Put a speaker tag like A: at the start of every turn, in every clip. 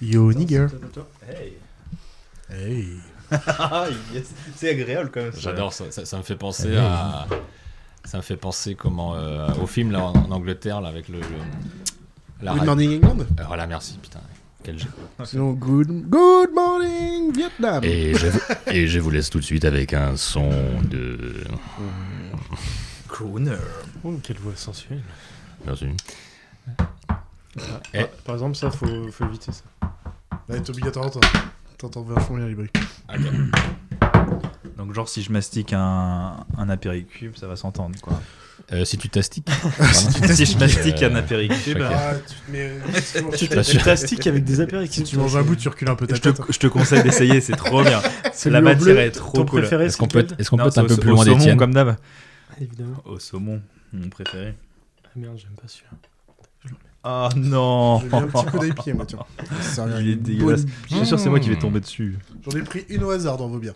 A: Yo nigger.
B: Hey.
A: Hey.
B: Ah, yes. C'est agréable quand même. ça.
C: J'adore ça, ça, ça me fait penser à. Ça me fait penser comment euh, au film là, en, en Angleterre là, avec le. le- la
A: Good
C: ra-
A: morning England.
C: Euh, Voilà, merci, putain. Quel jeu.
A: Sinon good good morning Vietnam.
C: Et je, et je vous laisse tout de suite avec un son de.
B: Crooner.
D: Oh, quelle voix sensuelle.
C: Merci. Eh.
B: Eh.
D: Par, par exemple, ça, faut, faut éviter ça.
A: Elle est obligatoire. t'en- T'entends vachement bien les bruits.
B: Donc, genre, si je mastique un, un apéricube, ça va s'entendre quoi.
C: Euh, si tu t'astiques.
B: si je
C: euh,
B: mastique un apéricube. euh,
C: chacun.
A: Ah, tu te mets.
D: Tu
C: suis pas sûr.
D: t'astiques avec des apéritifs.
A: Tu manges un bout, tu recules un peu ta
B: Je te,
A: tête.
B: je te conseille d'essayer, c'est trop bien.
D: C'est
B: La
D: le bleu.
B: matière est trop
D: Ton
B: cool.
D: préféré,
C: Est-ce
D: c'est
C: qu'on peut,
D: lequel
C: est-ce qu'on peut
B: Non,
C: être
B: c'est
C: un
B: au-
C: peu
B: au
C: plus loin
B: saumon,
C: d'Étienne
B: comme d'hab.
D: Évidemment.
B: Au saumon, mon préféré.
D: Ah merde, j'aime pas celui-là.
B: Ah non
A: J'ai mis un petit coup d'œil pied, moi, tiens. Ça sert à
B: Il est
A: une
B: dégueulasse.
A: bonne-
B: Je suis sûr, c'est moi qui vais tomber dessus.
A: J'en ai pris une au hasard dans vos bières.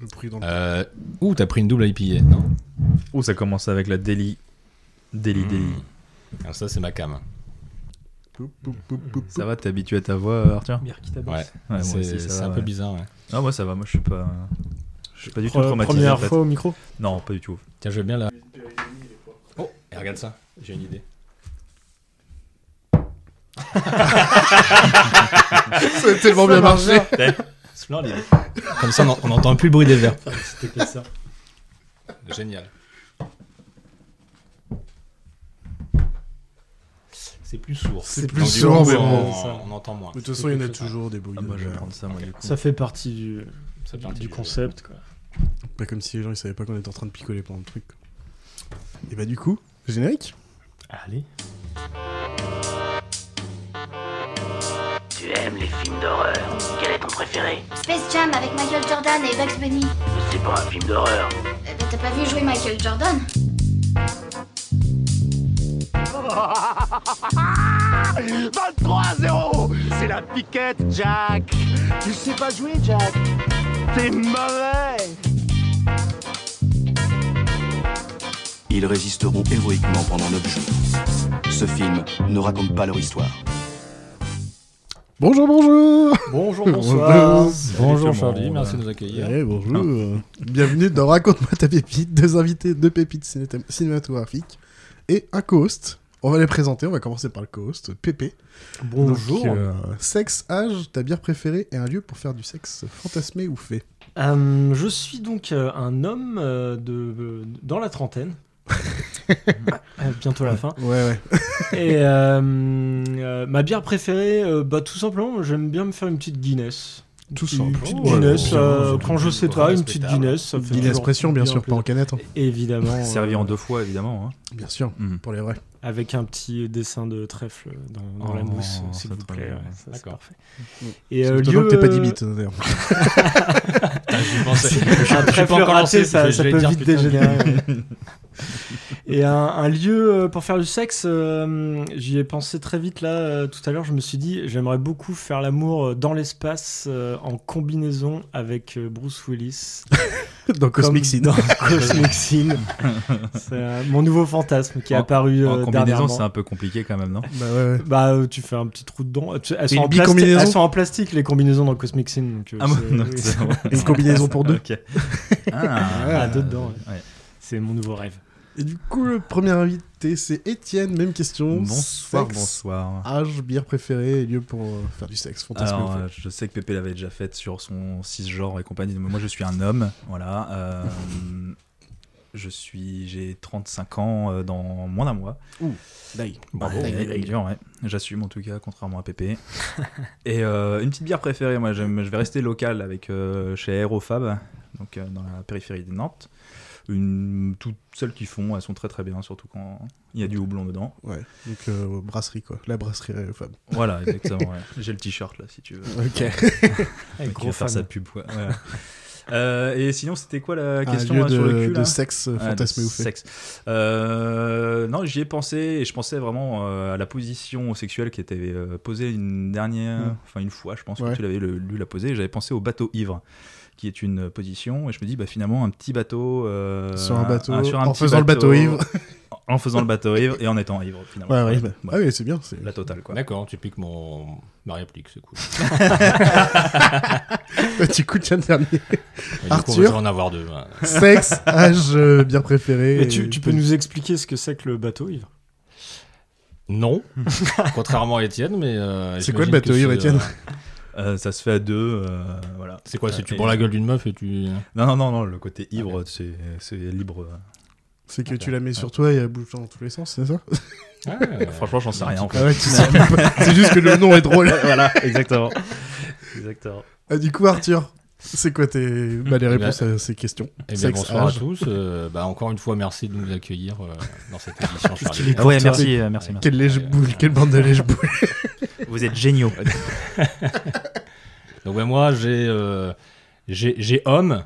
A: Le prix dans le.
C: euh, Ouh, t'as pris une double IPA, non
B: Oh, ça commence avec la Daily. Daily, Daily.
C: Hmm. Alors Ah, ça, c'est ma cam.
A: Poup, poup, poup, poup, poup.
B: Ça va, t'es habitué à ta voix, Arthur
D: Bière qui
C: Ouais.
D: tabasse.
B: Ouais, moi
C: c'est
B: aussi, ça
C: c'est
B: va,
C: un peu
B: ouais.
C: bizarre. ouais.
B: Non, moi ça va, moi je suis pas. Je suis pas du tout
D: Pre-
B: traumatisé. en
D: Première
B: fait.
D: fois au micro.
B: Non, pas du tout.
C: Tiens, je veux bien la. Oh, et regarde ça, j'ai une idée.
A: Ça a tellement bien marché.
C: Splendide. Comme ça, on en- on n'entend plus le bruit des verres.
D: C'était quoi ça
C: Génial. C'est plus sourd.
A: C'est
C: Donc,
A: plus
C: du
A: sourd,
C: coup,
A: mais
C: on,
A: bon.
C: on entend moins.
A: De toute façon, il y en a toujours des bruits.
B: Ah,
A: de
B: moi je vais
A: verre.
B: prendre ça, moi du coup.
D: Ça fait partie du,
C: Ça fait partie
D: du
C: jeu.
D: concept. Quoi.
A: Pas comme si les gens ils savaient pas qu'on était en train de picoler pendant le truc. Et bah du coup, générique.
D: Allez.
E: Tu aimes les films d'horreur Quel est ton préféré
F: Space Jam avec Michael Jordan et Bugs Bunny.
E: Mais C'est pas un film d'horreur.
F: Euh, mais T'as pas vu jouer Michael Jordan
G: Ils résisteront héroïquement pendant 9 jours. Ce film ne raconte pas leur histoire.
A: Bonjour, bonjour.
D: Bonjour,
A: bonsoir.
D: bonsoir.
A: Salut
C: Bonjour
B: tout le
C: Charlie,
B: monde.
C: merci de nous accueillir.
A: Eh, bonjour. Bienvenue dans Raconte-moi ta pépite, deux invités, deux pépites ciné- cinématographiques et un co-host. On va les présenter, on va commencer par le co-host, Pépé.
D: Bonjour.
A: Donc, euh, sexe, âge, ta bière préférée et un lieu pour faire du sexe fantasmé ou fait.
D: Euh, je suis donc euh, un homme euh, de, euh, dans la trentaine. Euh, bientôt la fin.
A: Ouais, ouais.
D: Et euh, euh, ma bière préférée, euh, bah, tout simplement, j'aime bien me faire une petite Guinness.
A: Tout Oh,
D: Une
A: simplement.
D: petite
A: Ouais,
D: Guinness,
A: ouais,
D: euh,
C: ouais,
D: quand je
C: ouais,
D: sais
C: ouais,
D: pas, une
C: respectable.
D: petite Guinness. Ça fait
A: Guinness
D: toujours
A: pression, bien sûr, pas en
D: plaisir.
A: canette. hein.
D: Évidemment.
B: Servi en
D: euh,
B: deux fois, évidemment. hein.
A: Bien sûr,
B: Mhm.
A: pour les vrais.
D: Avec un petit dessin de trèfle dans, dans la
B: Oh,
D: mousse,
B: ça
D: s'il vous
B: te
D: plaît.
B: revient.
D: ouais, ça, c'est
C: D'accord.
D: parfait. Et euh,
A: D'autant
D: lieu,
A: que t'es pas 10
D: euh,
A: bits, d'ailleurs.
C: Je pensais-
D: un
C: je suis
D: trèfle
C: pas encore
D: raté,
C: lancé,
D: ça,
C: je-
D: ça
C: je vais
D: peut
C: dire,
D: vite
C: putain,
D: dégénérer. Et un, un lieu euh, pour faire du sexe, euh, j'y ai pensé très vite là euh, tout à l'heure. Je me suis dit, j'aimerais beaucoup faire l'amour euh, dans l'espace euh, en combinaison avec euh, Bruce Willis.
A: Dans Cosmic
D: Comme
A: Sin.
D: Dans Cosmic Sin. C'est euh, mon nouveau fantasme qui est
B: En-
D: apparu
B: En
D: euh,
B: combinaison,
D: dernièrement.
B: c'est un peu compliqué quand même, non
A: Bah ouais, ouais.
D: Bah, euh, tu fais un petit trou dedans. Elles sont,
A: Et une
D: en plastique,
A: bicombinaison
D: elles sont en plastique, les combinaisons dans Cosmic Sin. donc, euh,
B: Ah, bon,
D: c'est-
B: non,
D: oui.
B: c'est bon.
A: Une combinaison pour deux.
B: Ok. Ah,
D: Ah, deux dedans, ouais.
B: ouais.
D: c'est mon nouveau rêve.
A: Et du coup, le premier invité, c'est Étienne. Même question.
B: Bonsoir,
A: Sexe,
B: bonsoir.
A: Âge, bière préférée et lieu pour euh, faire du sexe. Fantastique.
B: Alors, euh, je sais que Pépé l'avait déjà faite sur son cisgenre et compagnie. mais moi, je suis un homme, voilà. euh, je suis, j'ai 35 ans euh, dans moins d'un mois. Ouais,
A: Aïe, aïe, aïe.
B: dur, ouais. J'assume en tout cas, contrairement à Pépé. et euh, une petite bière préférée, moi, j'aime- je vais rester local avec euh, chez Aerofab, donc euh, dans la périphérie de Nantes. Une, toutes celles qu'ils font, elles sont très très bien, surtout quand il y a du houblon dedans.
A: Ouais. Donc, euh, brasserie, quoi. La brasserie euh, Fab.
B: Voilà, exactement. ouais. J'ai le t-shirt là, si tu veux.
A: Ok.
D: Avec
B: Qui va
D: gros
B: faire
D: fan.
B: sa pub. ouais, voilà. Euh, et sinon, c'était quoi la
A: Un
B: question
A: lieu
B: là, sur le
A: de,
B: cul
A: de
B: là
A: sexe euh,
B: Ah, de
A: fantasmé ou fait.
B: sexe. Euh, non, j'y ai pensé et je pensais vraiment euh, à la position sexuelle qui était euh, posée une dernière,
A: Mm.
B: enfin une fois, je pense
A: Ouais.
B: que tu l'avais le- lu la poser. J'avais pensé au bateau ivre, qui est une position, et je me dis bah finalement un petit bateau euh,
A: Sur un bateau,
B: sur un
A: en
B: petit
A: faisant le bateau ivre.
B: en faisant le bateau ivre et en étant ivre finalement.
A: Ouais, ouais,
B: Ouais.
A: bah- ah oui, c'est bien. c'est-
B: La totale quoi.
C: D'accord, tu piques mon... ma réplique, c'est cool.
A: tu coûtes le dernier.
C: Et du coup,
A: Arthur
C: on va en avoir deux. ouais.
A: Sexe, âge, euh, bien préféré. euh,
D: Et tu, tu peux nous expliquer ce que c'est que le bateau ivre
C: Non, contrairement à Étienne, mais. euh,
A: C'est quoi le
C: j'imagine
A: bateau
C: que
A: ivre,
C: c'est,
A: Étienne
C: euh,
B: Euh, ça se fait à deux, euh, voilà.
C: C'est quoi C'est tu
B: Et-
C: prends la gueule d'une meuf et tu.
B: Non, non, non, non, le côté ivre, c'est c'est libre.
A: C'est que tu la mets sur toi et elle bouge dans tous les sens, c'est ça
C: Ah,
B: Franchement, j'en sais rien. en fait.
A: Ah ouais, tu sais même pas. C'est juste que le nom est drôle.
B: voilà, exactement. exactement.
A: Ah, du coup, Arthur, c'est quoi tes... bah, les réponses à ces questions
C: Eh bien,
A: Sexe,
C: bonsoir à
A: âge.
C: tous. euh, bah, encore une fois, merci de nous accueillir euh, dans cette édition. Charlie.
B: Ah ouais, merci, euh, merci, merci.
A: Quelle, lèche boule, quelle bande de lèche boule
B: Vous êtes géniaux.
C: Donc, ouais, moi, j'ai euh, j'ai j'ai homme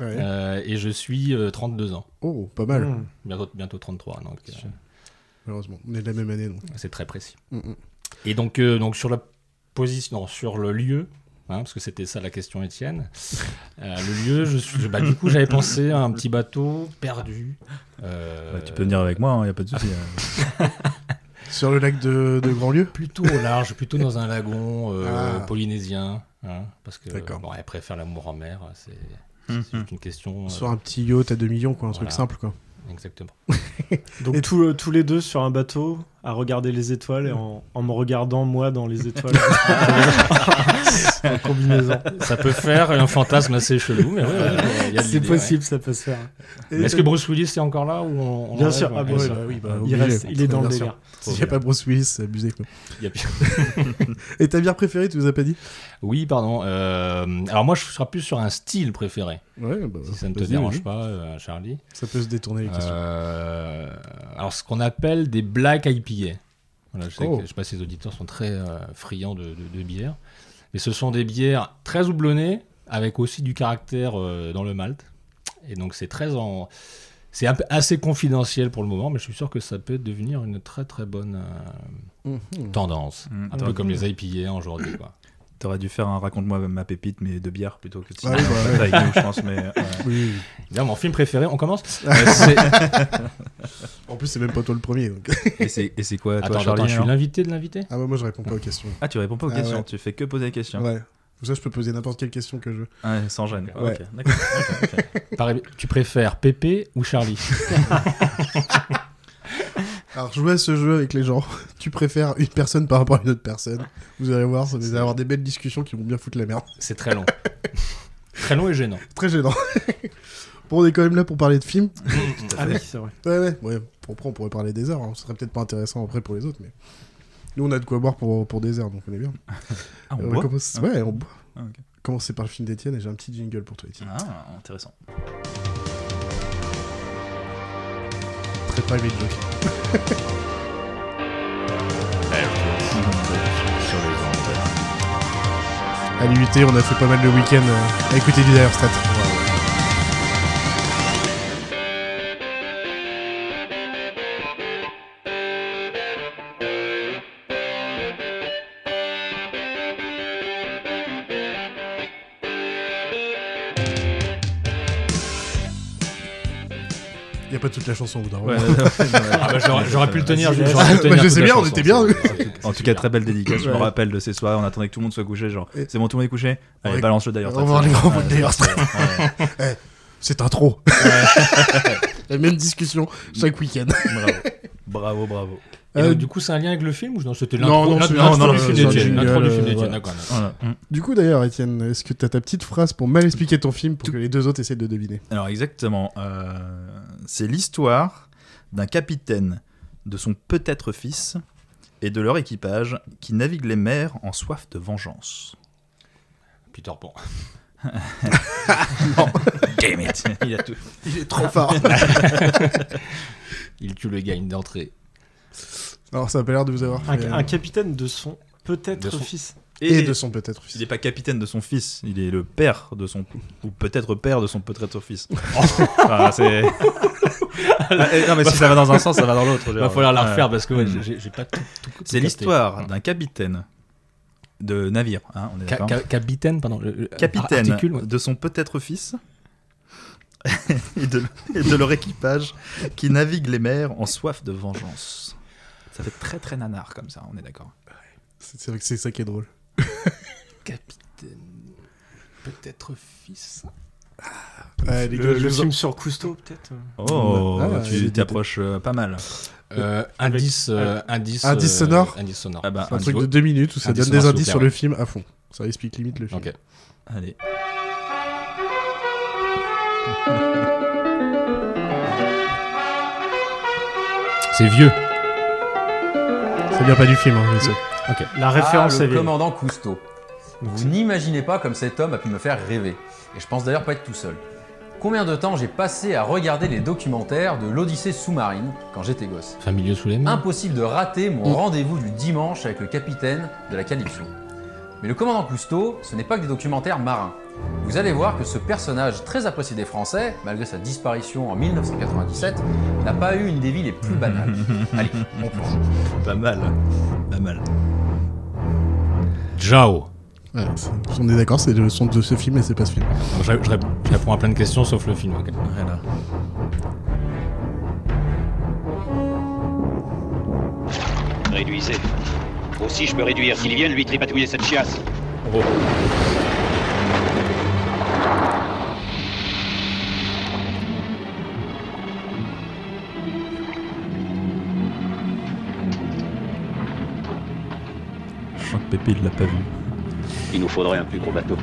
C: euh, et je suis euh, 32 ans.
A: Oh, pas mal,
D: Hmm.
C: Bientôt, bientôt 33, donc euh,
A: malheureusement. On est de la même année, donc.
C: c'est très précis.
A: Mm, mm.
C: Et donc, euh, donc sur la position, non, sur le lieu, hein, parce que c'était ça la question, Étienne. Euh, le lieu, je suis, bah, du coup, j'avais pensé à un petit bateau perdu. euh,
B: tu peux venir avec moi, il n'y a pas de souci. hein.
A: Sur le lac de, de Grandlieu
C: Plutôt au large, plutôt dans un lagon euh,
A: Ah.
C: polynésien, hein, parce que
A: D'accord.
C: bon, après faire l'amour en mer, c'est c'est
D: Mhm.
C: juste une question. euh,
A: Sur un petit yacht à 2 millions, quoi, un truc
C: Voilà.
A: simple, quoi.
C: Exactement.
D: Donc
A: Et-
D: tous, euh, tous les deux sur un bateau à regarder les étoiles et en, en me regardant moi dans les étoiles en combinaison.
C: Ça peut faire un fantasme assez chelou, mais ouais, ouais, il y a de
D: C'est
C: l'idée,
D: possible, ça peut se faire.
C: ouais. Est-ce que Bruce Willis est encore là ou on, on
D: Bien
C: l'enlève
D: sûr, ah
C: Ouais,
D: bon,
C: ça.
D: ouais, bah
A: oui,
C: bah,
D: Il,
A: obligé.
D: reste, il est dans le
A: Bien sûr.
D: délire.
A: S'il n'y a pas Bruce Willis, c'est abusé, quoi.
C: Il y a plus-
A: Et ta bière préférée, tu nous as pas dit
C: Oui, pardon. euh, alors moi, je serai plus sur un style préféré,
A: Ouais, bah,
C: si ça ne te
A: vas-y,
C: dérange
A: vas-y.
C: pas, euh, Charlie.
A: Ça peut se détourner les questions.
C: Euh, alors, ce qu'on appelle des black IPA. Voilà, je, sais
A: Oh.
C: que- je sais pas si les auditeurs sont très euh, friands de, de- de bières, mais ce sont des bières très houblonnées, avec aussi du caractère euh, dans le malt. Et donc, c'est très en... C'est un peu- assez confidentiel pour le moment, mais je suis sûr que ça peut devenir une très très bonne euh,
A: Mhm.
C: tendance.
B: Mhm.
C: Un peu comme les IPA aujourd'hui. quoi.
B: T'aurais dû faire un raconte-moi ma pépite, mais de bière plutôt que de
A: Ah oui,
B: cinéma.
A: bah,
B: Pas avec nous, je pense, mais. ouais.
A: Oui, oui.
C: D'ailleurs, mon film préféré, on commence
B: Ah,
C: Euh, c'est-
A: En plus, c'est même pas toi le premier, donc.
B: Et c'est et c'est quoi, toi,
C: Attends,
B: Charlie hein.
C: attends, je suis
B: alors
C: l'invité de l'invité
A: Ah, bah, moi, je réponds pas aux questions.
B: Ah, tu réponds pas aux
A: Ah
B: questions,
A: ouais.
B: tu fais que poser des questions. Ah,
A: Ouais. Comme ça, je peux poser n'importe quelle question que je veux.
B: Ouais, sans gêne. quoi.
A: Ouais.
B: Ok, d'accord. ok, ok.
C: Pareil, Tu préfères Pépé ou Charlie
A: Alors, jouez à ce jeu avec les gens. Tu préfères une personne par rapport à une autre personne. Vous allez voir, ça- vous allez avoir des belles discussions qui vont bien foutre la merde.
C: C'est très long. très long et gênant.
A: Très gênant. bon, on est quand même là pour parler de films.
D: Ah oui, c'est vrai.
A: Ouais, ouais, ouais. Pour après, on pourrait parler des heures. hein. Ce serait peut-être pas intéressant après pour les autres, mais. Nous, on a de quoi boire pour, pour des heures, donc on est bien.
B: Ah,
A: Euh,
B: on boit
A: commence-
B: Ah.
A: Ouais, on boit.
B: Ah, ok.
A: Commencez par le film d'Étienne et j'ai un petit jingle pour toi, Étienne.
B: Ah, intéressant.
A: Très private joke. À l'UT, on a fait pas mal le week-end. euh, à écouter du d'ailleurs, Stat. Y a pas toute la chanson au bout d'un moment.
B: Ouais, ouais, ouais.
C: Ah bah, j'aurais, j'aurais pu le tenir.
D: Vas-y,
C: j'aurais pu le
A: bah,
C: tenir
A: je
C: toute
A: sais
C: la
A: bien, on
C: chanson.
A: était bien.
C: C'est-
B: En
C: c'est
B: tout cas,
C: super.
B: très belle dédicace. Je me
A: Ouais.
B: rappelle de ces soirs. On attendait que tout le monde soit couché. Genre,
A: Et-
B: c'est bon, tout le monde est couché Allez,
A: Ouais.
B: balance-le d'ailleurs.
A: Au revoir,
B: Stan.
A: les grands
B: Ouais,
A: votes d'ailleurs,
B: c'est- ouais,
A: C'est un trop. La même discussion chaque week-end.
B: Bravo, bravo, bravo.
C: Et donc,
A: Euh,
C: du coup, c'est un lien avec le film ou non C'était
A: Non,
C: l'intro,
A: non,
C: l'intro-
A: c'est-
C: l'intro
A: non, non,
C: du film
A: c'est un
C: d'Étienne. L'intro
A: jingle,
C: du film
A: euh,
C: d'Étienne,
A: voilà.
C: d'accord. d'accord.
B: Voilà. Mm.
A: Du coup, d'ailleurs, Étienne, est-ce que t'as ta petite phrase pour mal expliquer ton film pour que les deux autres essayent de deviner
B: Alors exactement, euh, c'est l'histoire d'un capitaine, de son peut-être fils et de leur équipage qui naviguent les mers en soif de vengeance.
C: Peter Pan.
B: Damn it Il a tout.
A: Il est trop fort.
C: Il tue le gagne d'entrée.
A: Alors, ça a pas l'air de vous avoir.
D: Un,
A: fait,
D: un
A: euh,
D: capitaine de son
C: De
D: peut-être
C: son-
D: fils.
A: Et de son peut-être
B: Il
A: fils.
B: n'est pas capitaine de son fils, il est le père de son ou peut-être père de son peut-être fils. Enfin, c'est- Oh. Ah, et- non mais si ça va dans un sens, ça va dans l'autre.
C: Il va
B: genre.
C: falloir la
B: Ouais.
C: refaire parce que ouais, Hmm.
B: Mm.
C: j'ai, j'ai pas tout. tout- tout
B: C'est
C: capté.
B: l'histoire d'un capitaine de navire, hein, on est
C: Ca-
B: d'accord
C: ca- Capitaine, pardon. le- le-
B: capitaine
C: articule, ouais.
B: de son peut-être fils et, de, et de leur équipage qui naviguent les mers en soif de vengeance. Ça fait très très nanar comme ça, on est d'accord.
A: C'est c'est vrai que c'est ça qui est drôle.
C: Capitaine. Peut-être fils.
A: Ouais, les gars,
D: Le,
A: je
D: le
A: vous en-
D: film sur Cousteau, peut-être.
B: Oh,
A: Ah, il
B: tu
A: était-
B: t'approches euh, pas mal.
C: indice, euh, indice.
A: Indice
C: euh,
A: sonore
C: Indice sonore.
B: Ah bah,
A: un
C: Indice-
A: truc de deux minutes où ça
C: indice
A: donne des
C: martiaux,
A: indices sur
C: clairement.
A: le film à fond. Ça explique limite le film.
C: Ok.
B: Allez.
C: C'est vieux.
A: Ça vient pas du film, hein, mais c'est-
D: La référence
H: ah,
D: est
H: le
D: vieille.
H: commandant Cousteau. Vous n'imaginez pas comme cet homme a pu me faire rêver. Et je pense d'ailleurs pas être tout seul. Combien de temps j'ai passé à regarder les documentaires de l'Odyssée sous-marine quand j'étais gosse
C: Familieux sous les mains.
H: Impossible de rater mon rendez-vous du dimanche avec le capitaine de la Calypso. Mais le commandant Cousteau, ce n'est pas que des documentaires marins. Vous allez voir que ce personnage très apprécié des Français, malgré sa disparition en 1997, n'a pas eu une des vies les plus banales. Allez, on plonge.
B: Pas mal. hein. Pas mal.
C: Jao.
A: voilà, c'est- on est d'accord, c'est le son de ce film et c'est pas ce film.
C: Je, je rép- je réponds à plein de questions sauf le film. ok.
B: Voilà.
I: Réduisez. Aussi, je peux réduire. Qu'il vienne lui tripatouiller cette chiasse.
B: Je sens que Pépé, il l'a pas vu.
I: Il nous faudrait un plus gros bateau.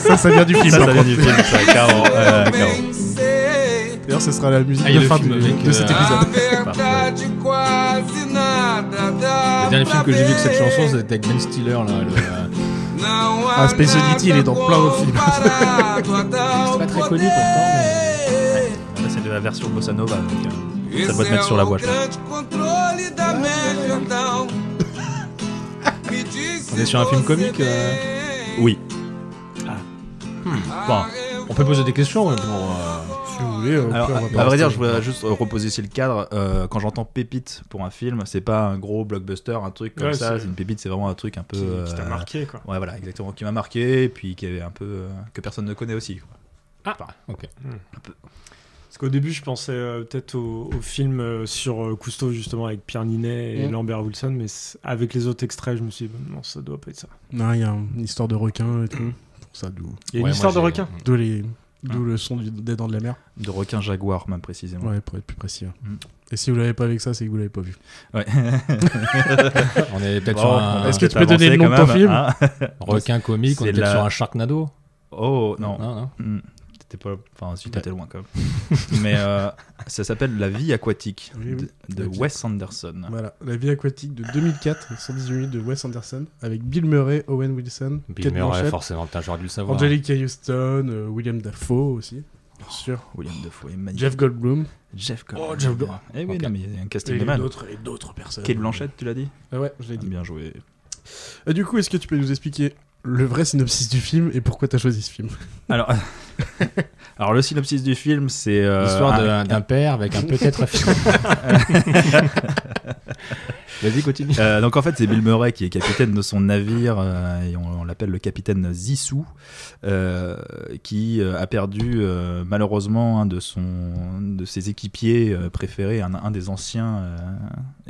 A: Ça, ça vient du film.
B: Ça,
A: par
B: ça vient
A: contre.
B: du film, ça, carrément. Ouais, carrément.
A: D'ailleurs, ce sera la musique
C: Ah, il y
A: de
C: a le
A: fin
C: film
A: du-
C: avec,
A: de cet
C: euh,
A: épisode.
B: Parfait.
C: Le dernier film que j'ai vu avec cette chanson, c'était avec Ben Stiller. Là, le-
A: Ah, Space Oddity, il est dans plein d'autres films.
C: C'est pas très connu pourtant. Mais...
B: Là, c'est de la version bossa nova, donc euh, ça doit te mettre sur la voie. je pense.
C: On est sur un film comique. euh,
B: Oui.
C: Enfin, on peut poser des questions euh, pour. euh,
A: Si vous voulez, au
B: Alors,
A: pire, on
B: à
A: va
B: vrai
A: pas-
B: dire, je voudrais juste euh, reposer ici le cadre. Euh, quand j'entends pépite pour un film, c'est pas un gros blockbuster, un truc comme
D: Ouais,
B: ça.
D: c'est-
B: C'est une pépite, c'est vraiment un truc un peu.
D: qui, qui t'a
B: euh,
D: marqué, quoi.
B: Ouais, voilà, exactement, qui m'a marqué, et puis qui est un peu. euh, que personne ne connaît aussi. quoi.
D: Parce qu'au début, je pensais euh, peut-être au, au film euh, sur euh, Cousteau, justement, avec Pierre Ninet et
A: Mm.
D: Lambert Wilson, mais c- avec les autres extraits, je me suis dit, non, ça doit pas être ça.
A: Non, il y a une histoire de requin et tout. Pour ça, d'où
D: Il y a
C: ouais,
D: une histoire de
C: moi, j'ai-
D: requin.
A: d'où les-
B: Ah.
A: d'où le son du- des dents de la mer.
B: De requin jaguar, même précisément.
A: Ouais, pour être plus précis. ouais.
B: Mm.
A: Et si vous l'avez pas avec ça, c'est que vous l'avez pas vu.
B: Ouais.
C: On est peut-être
B: Bon,
C: sur
B: on
C: un
B: va
A: Est-ce que
B: peut-être
A: tu peux donner
B: avancer
A: le nom de
B: quand
A: ton
B: même,
A: film
B: hein.
C: Ah, requin comique, on est
B: C'est
C: peut-être
B: la-
C: sur un Sharknado.
B: Oh, non.
C: Non, non.
B: Hmm. T'étais pas. Enfin, si t'étais loin quand même. Mais euh, ça s'appelle La vie aquatique
A: Oui, oui.
B: de, de
A: Ok.
B: Wes Anderson.
A: Voilà, La vie aquatique de 2004, 118 minutes de Wes Anderson, avec Bill Murray, Owen Wilson,
C: Bill
A: Kate
C: Murray,
A: Blanchett,
C: forcément, putain, j'aurais dû le savoir.
A: Angelica Houston, euh, William Dafoe aussi,
B: Oh.
A: bien sûr,
B: William Dafoe est magnifique.
A: Jeff Goldblum,
B: Jeff Cobb.
A: Oh, Jeff Goldblum.
B: Eh oui,
C: Ok.
B: non, mais il y a un casting
A: et euh,
B: de mal.
A: d'autres et d'autres personnes.
B: Kate Ah. Blanchette, tu l'as dit
A: Ah ouais, je l'ai
B: Ah,
A: dit.
B: Bien joué.
A: Et du coup, est-ce que tu peux nous expliquer le vrai synopsis du film et pourquoi t'as choisi ce film
B: Alors, alors le synopsis du film, c'est. euh,
C: L'histoire
B: un-
C: ah, d'un- d'un père avec un peut-être fils. Vas-y, continue.
B: Euh, donc en fait, c'est Bill Murray qui est capitaine de son navire, euh, et on, on l'appelle le capitaine Zissou, euh, qui euh, a perdu euh, malheureusement un de, son, de ses équipiers euh, préférés, un, un des anciens euh,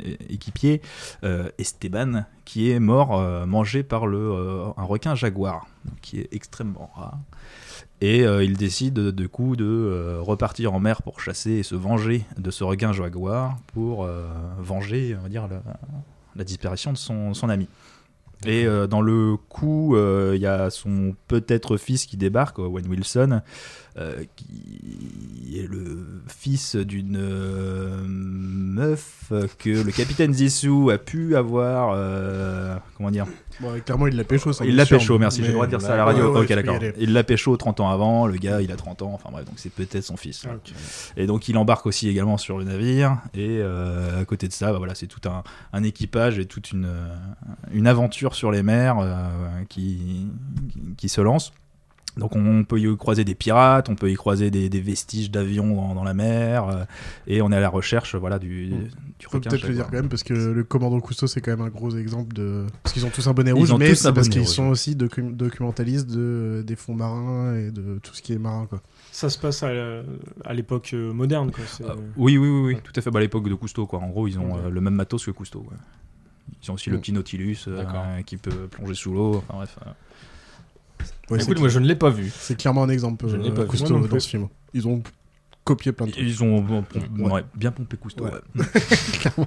B: é- équipiers, euh, Esteban, qui est mort euh, mangé par le, euh, un requin jaguar, qui est extrêmement rare. Et euh, il décide de, de coup de euh, repartir en mer pour chasser et se venger de ce requin jaguar pour euh, venger, on va dire, le- la disparition de son, son ami. Et euh, dans le coup, euh, il y a son peut-être fils qui débarque, Owen Wilson, euh, qui est le fils d'une euh, meuf que le capitaine Zissou a pu avoir. euh, comment dire
A: Bon, euh, clairement, il l'a pécho, ça.
B: il
A: c'est
B: l'a
A: sûr,
B: pécho,
A: mais-
B: merci, j'ai le droit de dire ça à la
A: Ouais,
B: radio.
A: ouais,
B: ok,
A: faut y
B: d'accord.
A: aller.
B: Il l'a pécho 30 ans avant, le gars il a 30 ans, enfin bref, donc c'est peut-être son fils.
D: Ah, ok.
B: Et donc il embarque aussi également sur le navire, et euh, à côté de ça, bah voilà, c'est tout un, un équipage et toute une, euh, une aventure sur les mers euh, qui, qui, qui se lance. Donc on, on peut y croiser des pirates, on peut y croiser des, des vestiges d'avions dans, dans la mer, euh, et on est à la recherche voilà, du,
A: Mm.
B: du
A: Faut
B: requin.
A: peut-être
B: je
A: le
B: sais
A: dire
B: pas.
A: quand même, parce que le commandant Cousteau, c'est quand même un gros exemple de. Parce qu'ils ont tous un bonnet
B: Ils
A: rouge,
B: ont
A: mais
B: tous
A: c'est
B: un
A: parce
B: bonnet
A: qu'ils
B: rouge.
A: sont aussi docu- documentalistes de, des fonds marins et de tout ce qui est marin, quoi.
D: Ça se passe à, la- à l'époque euh, moderne. Quoi. c'est-
B: Euh, oui, oui, oui, oui, tout à fait. Bah, à l'époque de Cousteau, quoi. En gros, ils
A: Mmh.
B: ont euh, le même matos que Cousteau. ouais. Ils ont aussi le
A: Mm.
B: petit Nautilus euh,
C: D'accord.
B: euh, qui peut plonger sous l'eau. Enfin bref. euh.
A: Ouais, c'est
C: Écoute, moi je ne l'ai pas vu.
A: C'est clairement un exemple,
C: Je l'ai
A: euh,
C: pas vu.
A: Cousteau,
D: Moi non
A: dans
D: plus.
A: ce film. Ils ont copié plein de trucs.
B: Ils ont bon, pom-
A: Ouais.
B: ouais, bien pompé Cousteau.
A: Ouais.
B: ouais.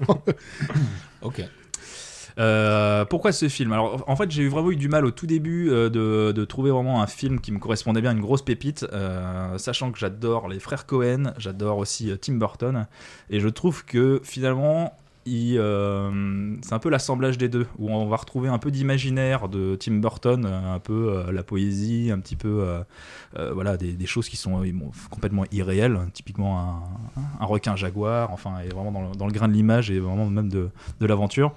C: Ok.
B: Euh, pourquoi ce film Alors, en fait, j'ai eu vraiment eu du mal au tout début euh, de, de trouver vraiment un film qui me correspondait bien, une grosse pépite, euh, sachant que j'adore les frères Cohen, j'adore aussi euh, Tim Burton, et je trouve que finalement, il, euh, c'est un peu l'assemblage des deux, où on va retrouver un peu d'imaginaire de Tim Burton, euh, un peu euh, la poésie, un petit peu euh, euh, voilà, des, des choses qui sont euh, bon, complètement irréelles, typiquement un, un requin jaguar, enfin, et vraiment dans le, dans le grain de l'image et vraiment même de- de l'aventure.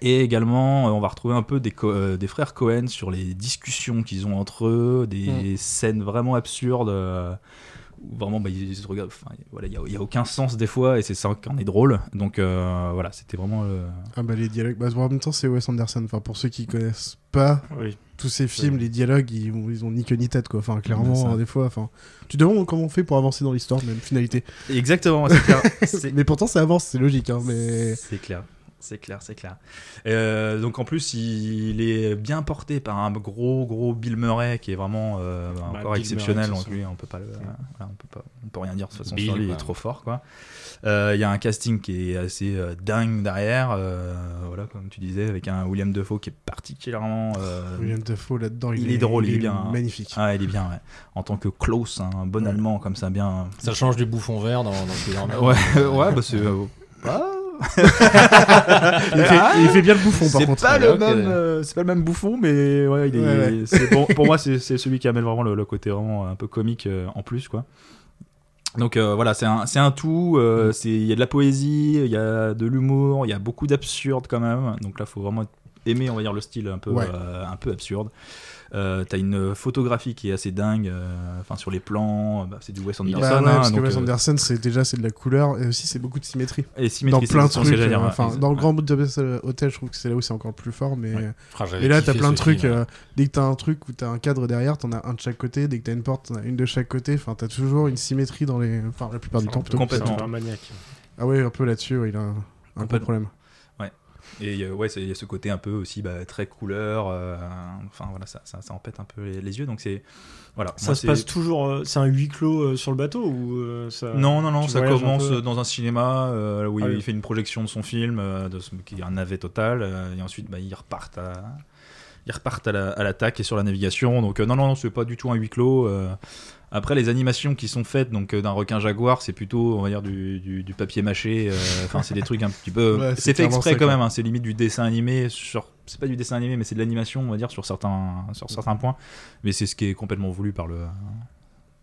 B: Et également, euh, on va retrouver un peu des, co- euh, des frères Cohen sur les discussions qu'ils ont entre eux, des scènes vraiment absurdes. euh, où vraiment, bah, ils, ils se regardent. Enfin, voilà, il n'y a, aucun sens des fois, et c'est ça qui en est drôle. Donc euh, voilà, c'était vraiment. euh,
A: Ah bah les dialogues, bah, en même temps c'est Wes Anderson, enfin pour ceux qui connaissent pas
D: Oui.
A: tous ces films,
B: Ouais.
A: les dialogues ils, ont- ils ont ni queue ni tête quoi, enfin
B: Ouais,
A: clairement
B: ça.
A: euh, des fois, enfin tu te demandes comment on fait pour avancer dans l'histoire même finalité.
B: Exactement, c'est clair. C'est-
A: Mais pourtant ça avance, c'est logique hein, mais...
B: C'est clair. C'est clair, c'est clair. Euh, donc en plus, il est bien porté par un gros, gros Bill Murray qui est vraiment euh, bah,
D: Bah,
B: encore
D: Bill
B: exceptionnel.
D: Murray, de toute
B: Donc lui, on peut pas, le- hein, voilà, on peut pas, on peut rien dire de toute façon.
C: Bill,
B: sur lui, il est
C: quoi.
B: trop fort, quoi. Euh, Il y a un casting qui est assez euh, dingue derrière. euh, voilà, comme tu disais, avec un William Defoe qui est particulièrement euh,
A: William Dafoe là-dedans, il,
B: il est drôle, il est bien, hein.
A: Magnifique.
B: Ah, il est bien, ouais. En tant que Klaus, hein, un bon
A: Ouais.
B: Allemand comme ça, bien.
C: Ça change du bouffon vert dans, dans Spider-Man.
B: Ouais, ouais, bah c'est. euh,
A: Il, fait, il fait bien le bouffon par
B: C'est
A: contre.
B: pas le
C: Ok.
B: même, euh, c'est pas le même bouffon, mais ouais, il est,
A: Ouais,
B: c'est bon. Pour moi, c'est c'est celui qui amène vraiment le, le côté vraiment un peu comique euh, en plus, quoi. Donc euh, voilà, c'est un, c'est un tout. euh,
A: Mm.
B: c'est- Il y a de la poésie, il y a de l'humour, il y a beaucoup d'absurde quand même. Donc là, faut vraiment aimer, on va dire, le style un peu,
A: Ouais.
B: euh, un peu absurde. Euh, T'as une photographie qui est assez dingue. euh, Enfin, sur les plans, bah, c'est du Wes
A: Bah
B: Anderson.
A: ouais,
B: hein,
A: parce que
B: donc,
A: Wes
B: euh,
A: Anderson c'est déjà c'est de la couleur et aussi c'est beaucoup de symétrie.
B: et symétrie,
A: dans plein de
B: c'est- c'est ce que
A: trucs.
B: j'allais dire,
A: euh,
B: ouais.
A: Enfin
B: Ils-
A: dans le
B: ouais.
A: Grand Budapest Hotel je trouve que c'est là où c'est encore plus fort mais... euh,
C: Ouais. Ah, j'avais
A: Et là,
C: kiffé
A: t'as plein de
C: ce
A: trucs.
C: film.
A: euh, dès que t'as un truc où t'as un cadre derrière, t'en as un de chaque côté. Dès que t'as une porte, t'en as une de chaque côté. Enfin, t'as toujours une symétrie dans les. Enfin, la plupart du temps, plutôt.
B: Complètement.
D: C'est un maniaque.
A: Ah ouais, un peu là-dessus, ouais, il a un, un gros
B: Complètement.
A: problème.
B: Et euh, ouais, c'est- il y a ce côté un peu aussi bah, très couleur. euh, enfin voilà, ça, ça, ça empête un peu les, les yeux. Donc c'est voilà.
D: Ça
B: moi,
D: se
B: c'est-
D: passe toujours. euh, c'est un huis clos euh, sur le bateau ou euh, ça...
B: Non, non, non,
D: tu
B: ça
D: voyages un
B: commence
D: peu.
B: dans un cinéma euh, où
D: Ah
B: il
D: oui.
B: fait une projection de son film, euh, de ce- qui est un navet total, euh, et ensuite bah, ils repartent à, ils repartent à la- à l'attaque et sur la navigation. Donc euh, non, non, non, c'est pas du tout un huis clos. euh. Après, les animations qui sont faites donc euh, d'un requin jaguar, c'est plutôt, on va dire, du, du- du papier mâché. euh, Enfin, c'est des trucs un petit peu.
A: Ouais, c'est
B: c'est fait
A: clairement
B: exprès
A: ça,
B: quand
A: quoi.
B: même. hein, c'est limite du dessin animé sur. C'est pas du dessin animé, mais c'est de l'animation, on va dire, sur certains, sur certains points. Mais c'est ce qui est complètement voulu par le, Euh,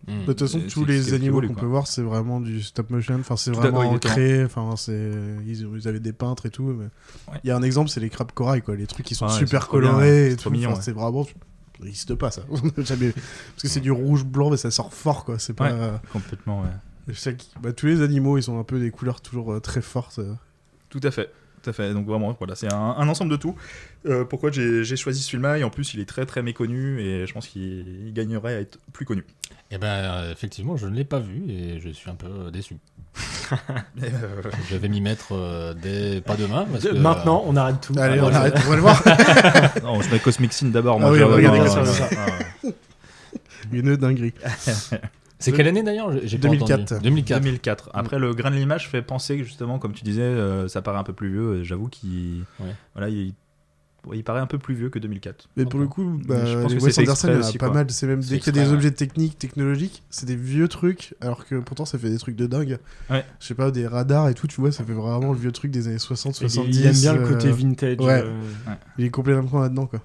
C: Mm.
A: Bah, De toute façon,
B: c'est-
A: tous
B: c'est-
A: les
B: c'est
A: animaux
B: voulu,
A: qu'on
B: quoi.
A: peut voir, c'est vraiment du stop motion. Enfin, c'est
B: Tout à-
A: vraiment
B: ouais, exactement.
A: créé. Enfin, c'est ils, ils avaient des peintres et tout. mais- Il
B: Ouais.
A: y a un exemple, c'est les crabes corail, quoi. Les trucs qui sont
B: Ouais,
A: super
B: c'est trop bien,
A: colorés
B: c'est
A: et tout.
B: trop mignon,
A: Enfin,
B: ouais.
A: c'est vraiment. Ça n'existe pas, ça. Jamais. Parce que c'est du rouge blanc, mais ça sort fort, quoi. C'est pas. euh,
B: complètement. ouais.
A: Chaque- bah, tous les animaux, ils ont un peu des couleurs toujours euh, très fortes. euh.
B: Tout à fait. Tout à fait. Donc vraiment, voilà, c'est un, un ensemble de tout. Euh, pourquoi j'ai j'ai choisi ce film-là Et en plus, il est très très méconnu et je pense qu'il il gagnerait à être plus connu.
C: Eh ben, euh, effectivement, je ne l'ai pas vu et je suis un peu euh, déçu.
B: Euh,
C: Je vais m'y mettre euh, dès pas demain. Parce que,
D: De- Maintenant, on arrête tout.
A: Allez, on
C: Ah, voilà.
A: arrête, on va le voir.
B: non, je mets Cosmic Sin d'abord.
A: Ah
B: moi,
A: oui,
B: je-
A: on va regarder
B: non,
A: Cosmic
B: non,
A: Sin.
B: non, non.
A: Une dinguerie.
C: euh, C'est quelle année d'ailleurs J'ai- j'ai pas
A: 2004.
C: entendu. 2004.
B: 2004. Après, le grain de l'image fait penser que justement, comme tu disais, euh, ça paraît un peu plus vieux. et J'avoue qu'il
C: Ouais.
B: voilà, il, ouais, il paraît un peu plus vieux que 2004.
A: Mais pour le coup, bah,
B: je pense
A: les
B: que
A: Wes
B: c'est
A: Anderson, il y en a
B: exprès aussi,
A: pas
B: quoi.
A: mal. C'est même
C: C'est
A: dès qu'il y a des
C: exprès, ouais.
A: objets techniques, technologiques, c'est des vieux trucs, alors que pourtant ça fait des trucs de dingue.
B: Ouais.
A: Je sais pas, des radars et tout, tu vois, ça fait vraiment le vieux truc des années 60,
D: Il-
A: 70.
D: Il aime bien le
A: euh,
D: côté vintage.
A: ouais.
D: euh,
A: Il est complètement là-dedans, quoi.